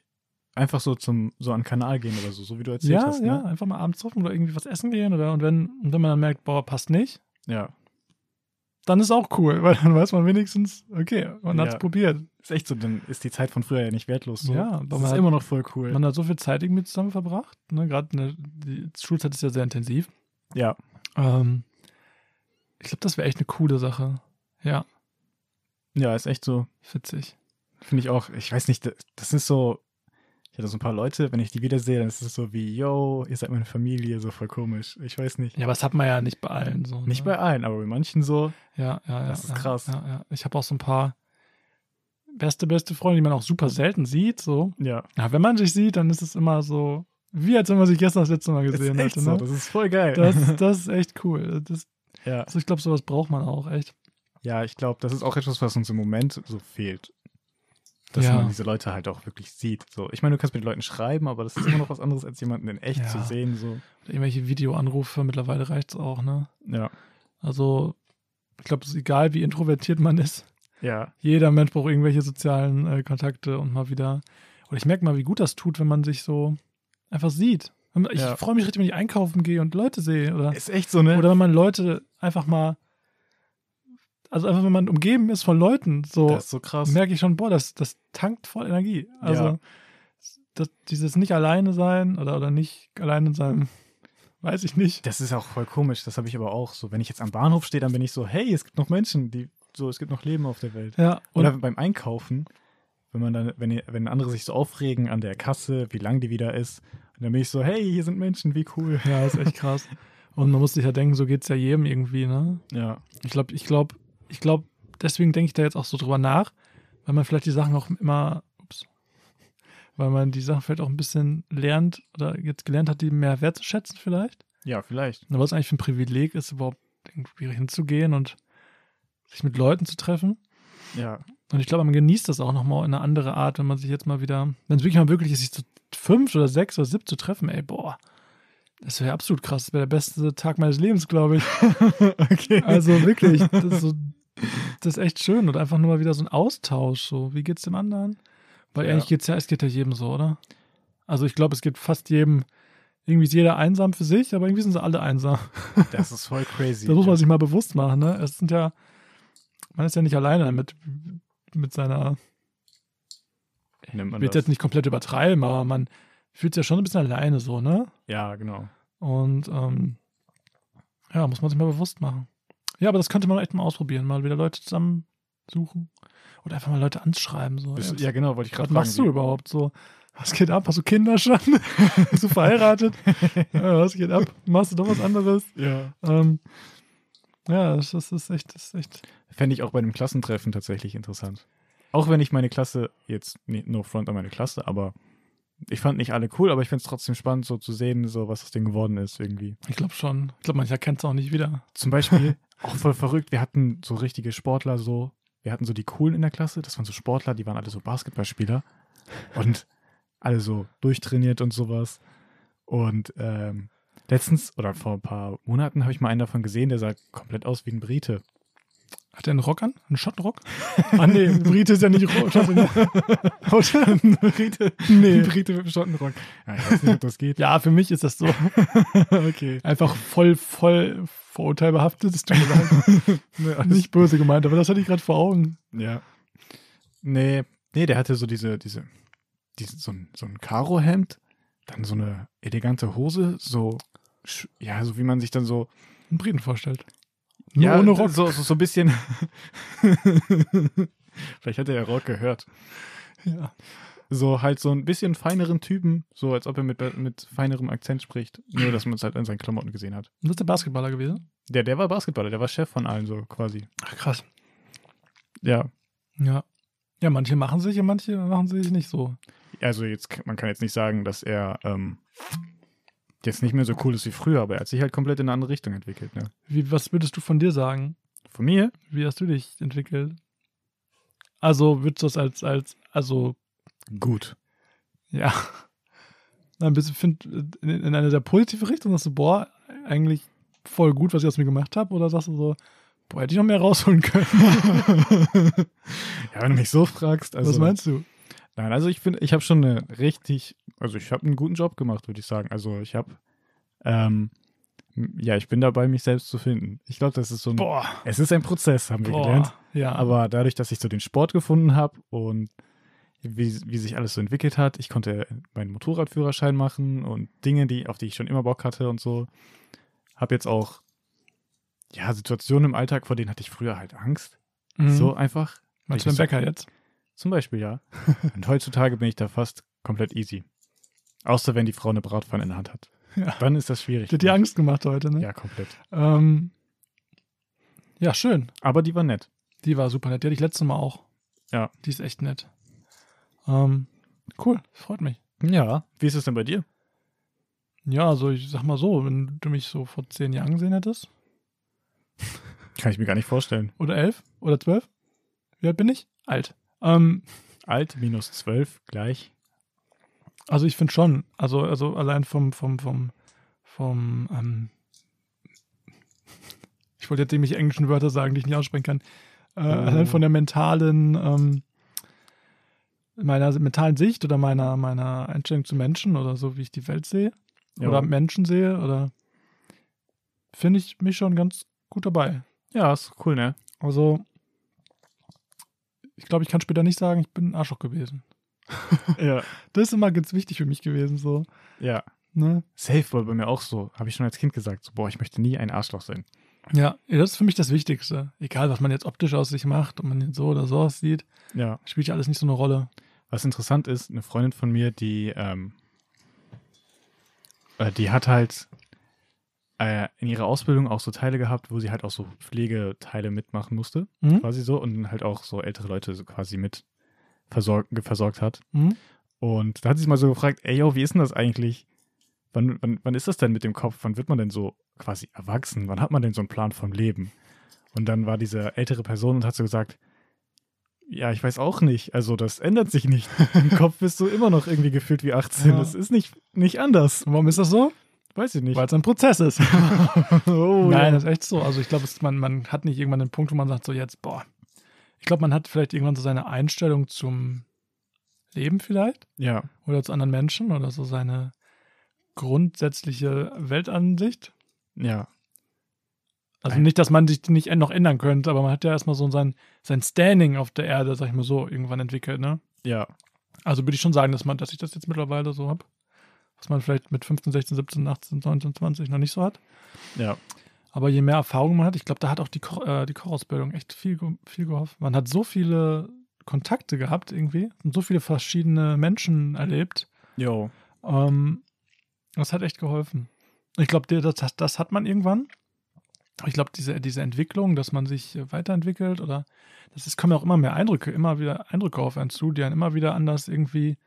einfach so zum, so an den Kanal gehen oder so, so wie du erzählt Ja, hast. ja, Ne? einfach mal abends treffen oder irgendwie was essen gehen oder und wenn, und wenn man dann merkt, boah, passt nicht, Ja. dann ist auch cool, weil dann weiß man wenigstens, okay, man hat's Ja. probiert. Ist echt so, dann ist die Zeit von früher ja nicht wertlos. So. Ja, aber das man ist hat- immer noch voll cool. Man hat so viel Zeit irgendwie zusammen verbracht, ne? gerade ne, die Schulzeit ist ja sehr intensiv. ja. Ähm, ich glaube, das wäre echt eine coole Sache. Ja, Ja, ist echt so. witzig. Finde ich auch, ich weiß nicht, das- das ist so, ich hatte so ein paar Leute, wenn ich die wiedersehe, dann ist es so wie, yo, ihr seid meine Familie, so voll komisch. Ich weiß nicht. Ja, aber das hat man ja nicht bei allen so. Nicht ne? bei allen, aber bei manchen so. Ja, ja, ja. Das ist ja, krass. Ja, ja. Ich habe auch so ein paar beste, beste Freunde, die man auch super selten sieht. So. Ja, Ja, wenn man sich sieht, dann ist es immer so, wie als wenn man sich gestern das letzte Mal ist gesehen echt hätte. so, Ne? das ist voll geil. Das, das ist echt cool. Das, ja. also ich glaube, sowas braucht man auch echt. ja, ich glaube, das ist auch etwas, was uns im Moment so fehlt. Dass Ja. man diese Leute halt auch wirklich sieht. So, ich meine, du kannst mit den Leuten schreiben, aber das ist immer noch was anderes, als jemanden in echt Ja. zu sehen. So. Irgendwelche Videoanrufe, mittlerweile reicht's auch. Ne? Ja. Also, ich glaube, es ist egal, wie introvertiert man ist. Ja. jeder Mensch braucht irgendwelche sozialen äh, Kontakte und mal wieder. Und ich merke mal, wie gut das tut, wenn man sich so einfach sieht. Wenn man- Ich Ja. freue mich richtig, wenn ich einkaufen gehe und Leute sehe. Oder, Ist echt so, ne? oder wenn man Leute einfach mal, also einfach, wenn man umgeben ist von Leuten, so das ist so krass. merke ich schon, boah, das, das tankt voll Energie. Also Ja. das, dieses nicht alleine sein oder, oder nicht alleine sein, weiß ich nicht. Das ist auch voll komisch, das habe ich aber auch so. Wenn ich jetzt am Bahnhof stehe, dann bin ich so, hey, es gibt noch Menschen, die so, es gibt noch Leben auf der Welt. Ja, und Oder beim Einkaufen, wenn man dann, wenn, wenn andere sich so aufregen an der Kasse, wie lang die wieder ist, und dann bin ich so, hey, hier sind Menschen, wie cool. ja, ist echt krass. Und man muss sich ja denken, so geht es ja jedem irgendwie, ne? Ja, Ich glaube, ich glaube, ich glaube, deswegen denke ich da jetzt auch so drüber nach, weil man vielleicht die Sachen auch immer, ups, weil man die Sachen vielleicht auch ein bisschen lernt oder jetzt gelernt hat, die mehr wertzuschätzen vielleicht. ja, vielleicht. Und was eigentlich für ein Privileg ist, überhaupt irgendwie hinzugehen und sich mit Leuten zu treffen. Ja, Und ich glaube, man genießt das auch nochmal in eine andere Art, wenn man sich jetzt mal wieder, wenn es wirklich mal möglich ist, sich zu fünf oder sechs oder sieb zu treffen, ey, boah. Das wäre absolut krass. Das wäre der beste Tag meines Lebens, glaube ich. okay. Also wirklich, das ist, so, das ist echt schön. Und einfach nur mal wieder so ein Austausch. So, wie geht's dem anderen? Weil Ja. eigentlich geht's ja, es geht ja jedem so, oder? Also ich glaube, es geht fast jedem, irgendwie ist jeder einsam für sich, aber irgendwie sind sie alle einsam. das ist voll crazy. Das muss man sich mal bewusst machen, ne? Es sind ja, man ist ja nicht alleine mit, mit seiner, Nimmt man ich will das. jetzt nicht komplett übertreiben, aber man fühlt sich ja schon ein bisschen alleine so, ne? Ja, genau. Und ähm, ja, muss man sich mal bewusst machen. Ja, aber das könnte man echt mal ausprobieren, mal wieder Leute zusammensuchen oder einfach mal Leute anschreiben. So. Bist, Ey, ja, genau, wollte ich was gerade machst du überhaupt so? Was geht ab? Hast du Kinder schon? Bist du verheiratet? ja, was geht ab? Machst du doch was anderes? Ja. Ähm, ja, das das ist echt, das ist echt. Fände ich auch bei einem Klassentreffen tatsächlich interessant. Auch wenn ich meine Klasse, jetzt nee, no front an meine Klasse, aber ich fand nicht alle cool, aber ich finde es trotzdem spannend, so zu sehen, so was aus denen geworden ist irgendwie. Ich glaube schon. Ich glaube, man erkennt es auch nicht wieder. Zum Beispiel, auch voll verrückt, wir hatten so richtige Sportler, so, wir hatten so die Coolen in der Klasse, das waren so Sportler, die waren alle so Basketballspieler und alle so durchtrainiert und sowas. Und ähm, letztens oder vor ein paar Monaten habe ich mal einen davon gesehen, der sah komplett aus wie ein Brite. Hat er einen Rock an? Einen Schottenrock? ah, nee, Brite ist ja nicht Rock. Schotte- Oder? ein Brite, Nee. ein Brite mit einem Schottenrock. Ja, ich weiß nicht, ob das geht. Ja, für mich ist das so. okay. Einfach voll, voll vorurteilbehaftet. Das tut mir leid. Nicht böse gemeint, aber das hatte ich gerade vor Augen. Ja. Nee, nee, der hatte so diese, diese, diese so ein, so ein Karohemd, dann so eine elegante Hose, so, sch- ja, so wie man sich dann so, Einen Briten vorstellt. Nur ja, ohne Rock. so, so, so ein bisschen, vielleicht hat er ja Rock gehört, Ja. so halt so ein bisschen feineren Typen, so als ob er mit, be- mit feinerem Akzent spricht, nur dass man es halt an seinen Klamotten gesehen hat. Und Das ist der Basketballer gewesen. Der, der war Basketballer, der war Chef von allen, so quasi. Ach, krass. Ja, Ja. Ja, manche machen sich und manche machen sich nicht so. also jetzt, k- man kann jetzt nicht sagen, dass er ähm, jetzt nicht mehr so cool ist wie früher, aber er hat sich halt komplett in eine andere Richtung entwickelt, ne? Wie, was würdest du von dir sagen? Von mir? Wie hast du dich entwickelt? Also würdest du das als, als, also, Gut. ja. Ein bisschen find, in, in eine sehr positive Richtung, dass du, boah, eigentlich voll gut, was ich aus mir gemacht habe, oder sagst du so, boah, hätte ich noch mehr rausholen können. Ja, wenn du mich so fragst. Also, was meinst du? Nein, also ich finde, ich habe schon eine richtig, also ich habe einen guten Job gemacht, würde ich sagen. Also ich habe, ähm, m- ja, ich bin dabei, mich selbst zu finden. Ich glaube, das ist so ein, Boah, es ist ein Prozess, haben hm, wir gelernt. boah. Ja, aber Aber dadurch, dass ich so den Sport gefunden habe und wie, wie sich alles so entwickelt hat, ich konnte meinen Motorradführerschein machen und Dinge, die, auf die ich schon immer Bock hatte und so, habe jetzt auch, ja, Situationen im Alltag, vor denen hatte ich früher halt Angst. mhm. So einfach. meinst du den Bäcker jetzt? Zum Beispiel, ja. Und heutzutage bin ich da fast komplett easy. Außer wenn die Frau eine Bratpfanne in der Hand hat. Ja. Dann ist das schwierig. Ich hätte dir Angst gemacht heute, ne? Ja, komplett. Ja. Ähm, ja, schön. Aber die war nett. Die war super nett. Die hatte ich letztes Mal auch. Ja. Die ist echt nett. Ähm, cool, freut mich. Ja. Wie ist es denn bei dir? Ja, also ich sag mal so, wenn du mich so vor zehn Jahren gesehen hättest, Kann ich mir gar nicht vorstellen. oder elf oder zwölf, wie alt bin ich? Alt. Ähm, Alt minus zwölf gleich. also ich finde schon, also, also allein vom, vom, vom, vom, ähm, ich wollte jetzt nämlich englischen Wörter sagen, die ich nicht aussprechen kann. Äh, Oh. Allein von der mentalen, ähm, meiner mentalen Sicht oder meiner, meiner Einstellung zu Menschen oder so, wie ich die Welt sehe. oder Menschen sehe oder finde ich mich schon ganz gut dabei. ja, ist cool, ne? Also ich glaube, ich kann später nicht sagen, ich bin ein Arschloch gewesen. ja. Das ist immer ganz wichtig für mich gewesen, so. Ja. Ne? Safe war bei mir auch so. Habe ich schon als Kind gesagt. So, boah, ich möchte nie ein Arschloch sein. Ja, ja, das ist für mich das Wichtigste. Egal, was man jetzt optisch aus sich macht, ob man jetzt so oder so aussieht, Ja. spielt ja alles nicht so eine Rolle. Was interessant ist, eine Freundin von mir, die, ähm, äh, die hat halt äh, in ihrer Ausbildung auch so Teile gehabt, wo sie halt auch so Pflegeteile mitmachen musste, Mhm. quasi so, und halt auch so ältere Leute so quasi mit versorgt, versorgt hat. Mhm. Und da hat sie sich mal so gefragt, ey, yo, wie ist denn das eigentlich? Wann, wann, wann ist das denn mit dem Kopf? Wann wird man denn so quasi erwachsen? Wann hat man denn so einen Plan vom Leben? Und dann war diese ältere Person und hat so gesagt, ja, ich weiß auch nicht. Also das ändert sich nicht. Im Kopf bist du immer noch irgendwie gefühlt wie 18. Ja. Das ist nicht, nicht anders. Und warum ist das so? Weiß ich nicht. Weil es ein Prozess ist. Oh, Nein, ja. das ist echt so. Also ich glaube, es- man, man hat nicht irgendwann den Punkt, wo man sagt, so jetzt, boah. Ich glaube, man hat vielleicht irgendwann so seine Einstellung zum Leben vielleicht ja, oder zu anderen Menschen oder so seine grundsätzliche Weltansicht. ja, Also Nein. nicht, dass man sich die nicht noch ändern könnte, aber man hat ja erstmal so sein, sein Standing auf der Erde, sag ich mal so, irgendwann entwickelt, ne? ja. Also würde ich schon sagen, dass man, dass ich das jetzt mittlerweile so habe. Was man vielleicht mit 15, 16, 17, 18, 19, 20 noch nicht so hat. Ja, Aber je mehr Erfahrung man hat, ich glaube, da hat auch die, Ko äh, die Chorausbildung echt viel, ge viel geholfen. Man hat so viele Kontakte gehabt irgendwie und so viele verschiedene Menschen erlebt. yo. Ähm, das hat echt geholfen. Ich glaube, dir- das, das, das hat man irgendwann. Ich glaube, diese, diese Entwicklung, dass man sich äh, weiterentwickelt oder das ist, kommen ja auch immer mehr Eindrücke, immer wieder Eindrücke auf einen zu, die einen immer wieder anders irgendwie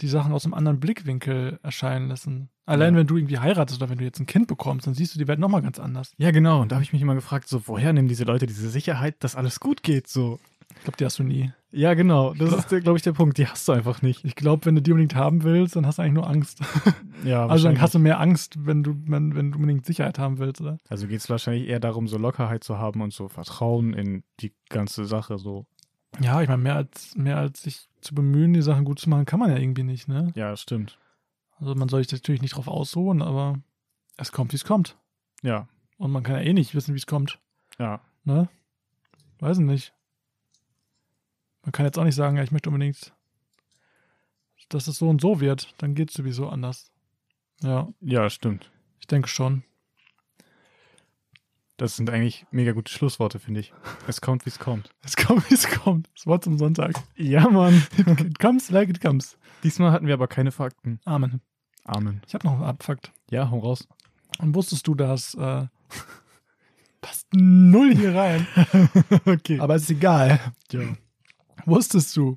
die Sachen aus einem anderen Blickwinkel erscheinen lassen. Allein Ja. wenn du irgendwie heiratest oder wenn du jetzt ein Kind bekommst, dann siehst du die Welt nochmal ganz anders. Ja, genau. Und da habe ich mich immer gefragt, so, woher nehmen diese Leute diese Sicherheit, dass alles gut geht? So. Ich glaube, die hast du nie. Ja, genau. Das ist, glaube ich, der Punkt. Die hast du einfach nicht. Ich glaube, wenn du die unbedingt haben willst, dann hast du eigentlich nur Angst. Ja, Also dann wahrscheinlich. hast du mehr Angst, wenn du, wenn, wenn du unbedingt Sicherheit haben willst, oder? Also geht es wahrscheinlich eher darum, so Lockerheit zu haben und so Vertrauen in die ganze Sache. So, Ja, ich meine, mehr als, mehr als sich zu bemühen, die Sachen gut zu machen, kann man ja irgendwie nicht, ne? ja, stimmt. Also man soll sich natürlich nicht drauf ausruhen, aber es kommt, wie es kommt. Ja, Und man kann ja eh nicht wissen, wie es kommt, ja, ne? Weiß ich nicht. Man kann jetzt auch nicht sagen, ja, ich möchte unbedingt, dass es so und so wird. Dann geht es sowieso anders. Ja, ja, stimmt. ich denke schon. Das sind eigentlich mega gute Schlussworte, finde ich. Es kommt, wie es kommt. Es kommt, wie es kommt. Das Wort zum Sonntag. Ja, Mann. It comes like it comes. Diesmal hatten wir aber keine Fakten. Amen. Amen. Ich habe noch einen Abfakt. Ja, hau raus. Und wusstest du, dass äh, passt null hier rein, okay. aber ist egal. ja. Wusstest du,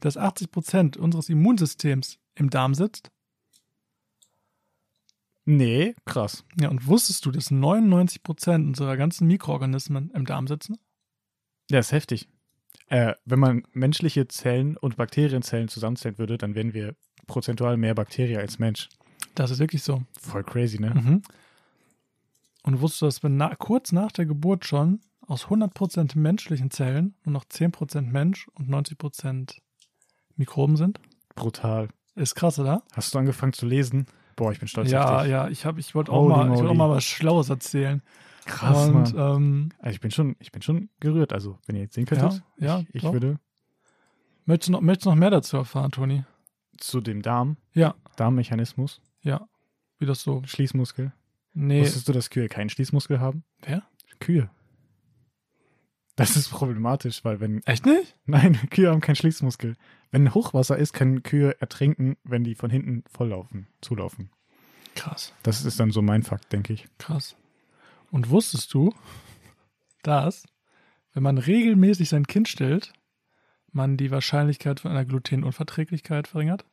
dass 80 Prozent unseres Immunsystems im Darm sitzt? Nee, krass. Ja, und wusstest du, dass 99% unserer ganzen Mikroorganismen im Darm sitzen? Ja, ist heftig. Äh, wenn man menschliche Zellen und Bakterienzellen zusammenzählen würde, dann wären wir prozentual mehr Bakterien als Mensch. Das ist wirklich so. Voll crazy, ne? Mhm. Und wusstest du, dass wir na kurz nach der Geburt schon aus 100% menschlichen Zellen nur noch 10% Mensch und 90% Mikroben sind? Brutal. Ist krass, oder? Hast du angefangen zu lesen? Boah, ich bin stolz ja, auf dich. ja, ich, hab- ich wollte auch, Holy mal- ich wollte auch moly. mal was Schlaues erzählen. Krass, und Mann. ähm, Also ich bin schon, ich bin schon gerührt. Also, wenn ihr jetzt sehen ja, könntet, ja ich doch. würde möchtest, du noch, möchtest du noch mehr dazu erfahren, Toni? zu dem Darm, Ja, Darmmechanismus, ja. Wie das so. Schließmuskel. Nee, Wusstest du, dass Kühe keinen Schließmuskel haben? wer? Kühe. Das ist problematisch, weil wenn, Echt nicht? nein, Kühe haben keinen Schließmuskel. Wenn Hochwasser ist, können Kühe ertrinken, wenn die von hinten volllaufen, zulaufen. Krass. Das ist dann so mein Fakt, denke ich. Krass. Und wusstest du, dass, wenn man regelmäßig sein Kind stillt, man die Wahrscheinlichkeit von einer Glutenunverträglichkeit verringert?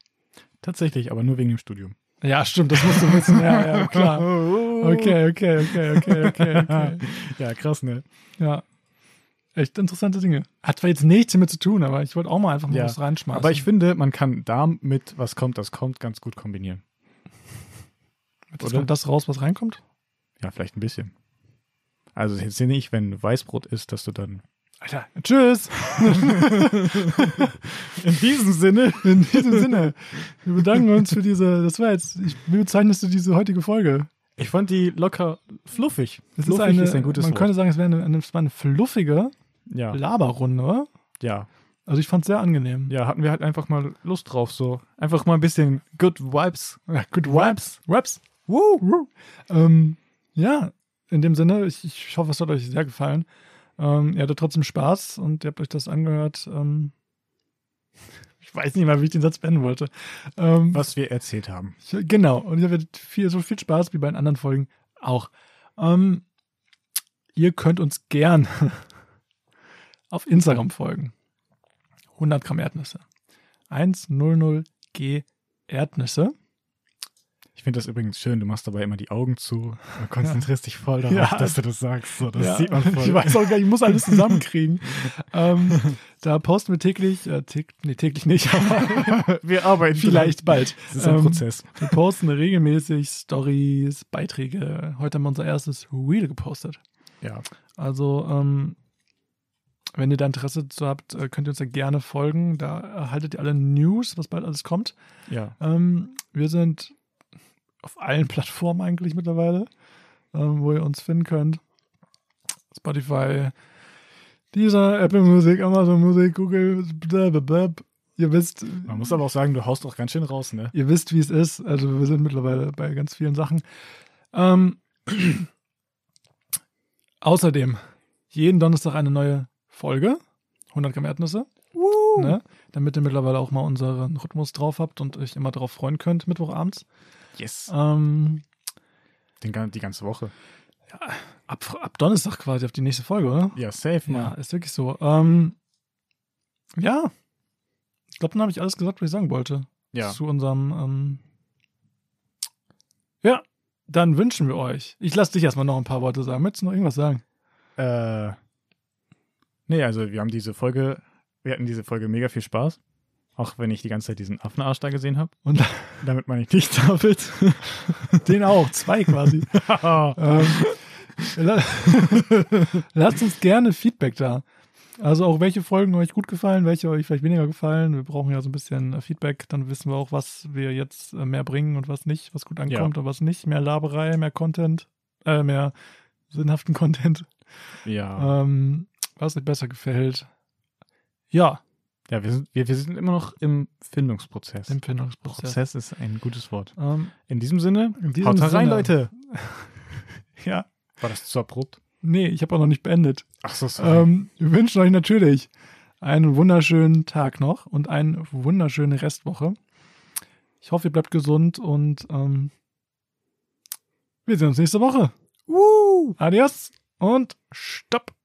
Tatsächlich, aber nur wegen dem Studium. Ja, stimmt, das musst du wissen. Ja, ja, klar. Okay, okay, okay, okay, okay, okay. Oh. ja, krass, ne? Ja. Echt interessante Dinge. Hat zwar jetzt nichts damit zu tun, aber ich wollte auch mal einfach mal Ja, was reinschmeißen. Aber ich finde, man kann Darm mit was kommt, das kommt ganz gut kombinieren. Jetzt oder? kommt das raus, was reinkommt. Ja, vielleicht ein bisschen. Also jetzt sehe ich, wenn du Weißbrot isst, dass du dann. Alter, tschüss. In diesem Sinne. In diesem Sinne, wir bedanken uns für diese, das war jetzt, ich, wie bezeichnest du diese heutige Folge? Ich fand die locker fluffig. Es fluffig eine, ist ein gutes man Wort. könnte sagen, es wäre eine, eine, es war eine fluffige ja, Laberrunde. oder? ja, Also ich fand es sehr angenehm. ja, hatten wir halt einfach mal Lust drauf, so einfach mal ein bisschen Good Vibes. Ja, good Raps. Raps. Woo. Woo. Ähm, ja, in dem Sinne, ich, ich hoffe, es hat euch sehr gefallen. Ähm, ihr hattet trotzdem Spaß und ihr habt euch das angehört. Ähm, ich weiß nicht mal, wie ich den Satz beenden wollte. Ähm, Was wir erzählt haben. Ich, genau, und ihr werdet viel, so viel Spaß wie bei den anderen Folgen auch. Ähm, ihr könnt uns gern auf Instagram folgen. 100 Gramm Erdnüsse. 100G Erdnüsse. Ich finde das übrigens schön, du machst dabei immer die Augen zu und konzentrierst dich voll darauf, Ja. dass du das sagst. So, das Ja, sieht man voll. Ich weiß auch gar nicht, ich muss alles zusammenkriegen. ähm, da posten wir täglich, äh, täg, nee, täglich nicht, aber wir arbeiten vielleicht bald. Das ist ein Ähm, Prozess. Wir posten regelmäßig Stories, Beiträge. Heute haben wir unser erstes Reel gepostet. Ja. Also, ähm, wenn ihr da Interesse zu habt, äh, könnt ihr uns ja gerne folgen. Da erhaltet ihr alle News, was bald alles kommt. Ja. Ähm, wir sind auf allen Plattformen eigentlich mittlerweile, ähm, wo ihr uns finden könnt. Spotify, dieser Apple Music, Amazon Music, Google, blablabla. ihr wisst, Man muss aber auch sagen, du haust doch ganz schön raus, ne? ihr wisst, wie es ist. Also wir sind mittlerweile bei ganz vielen Sachen. Ähm, außerdem, jeden Donnerstag eine neue Folge. 100 Gramm Erdnüsse. Ne? Damit ihr mittlerweile auch mal unseren Rhythmus drauf habt und euch immer darauf freuen könnt, Mittwochabends. Yes. Ähm, Den, gan- die ganze Woche. ab, ab Donnerstag quasi auf die nächste Folge, oder? Ja, safe, Ja, Mann. ist wirklich so. Ähm, ja. Ich glaube, dann habe ich alles gesagt, was ich sagen wollte. Ja. zu unserem. Ähm ja, dann wünschen wir euch. Ich lasse dich erstmal noch ein paar Worte sagen. Möchtest du noch irgendwas sagen? Äh, nee, also wir haben diese Folge, wir hatten diese Folge mega viel Spaß. Auch wenn ich die ganze Zeit diesen Affenarsch da gesehen habe. Und Damit meine ich nicht David. den auch, zwei quasi. ähm, la- Lasst uns gerne Feedback da. Also auch welche Folgen euch gut gefallen, welche euch vielleicht weniger gefallen. Wir brauchen ja so ein bisschen äh, Feedback, dann wissen wir auch, was wir jetzt äh, mehr bringen und was nicht, was gut ankommt und was nicht. Mehr Laberei, mehr Content, äh, mehr sinnhaften Content. ja. ähm, was euch besser gefällt. Ja, Ja, wir sind, wir, wir sind immer noch im Findungsprozess. Empfindungsprozess. Prozess ist ein gutes Wort. Ähm, In diesem Sinne, in diesem haut rein, Sinne- Leute. Ja, War das zu abrupt? nee, ich habe auch noch nicht beendet. Ach so, sorry. Ähm, wir wünschen euch natürlich einen wunderschönen Tag noch und eine wunderschöne Restwoche. Ich hoffe, ihr bleibt gesund und ähm, wir sehen uns nächste Woche. Adios und stopp.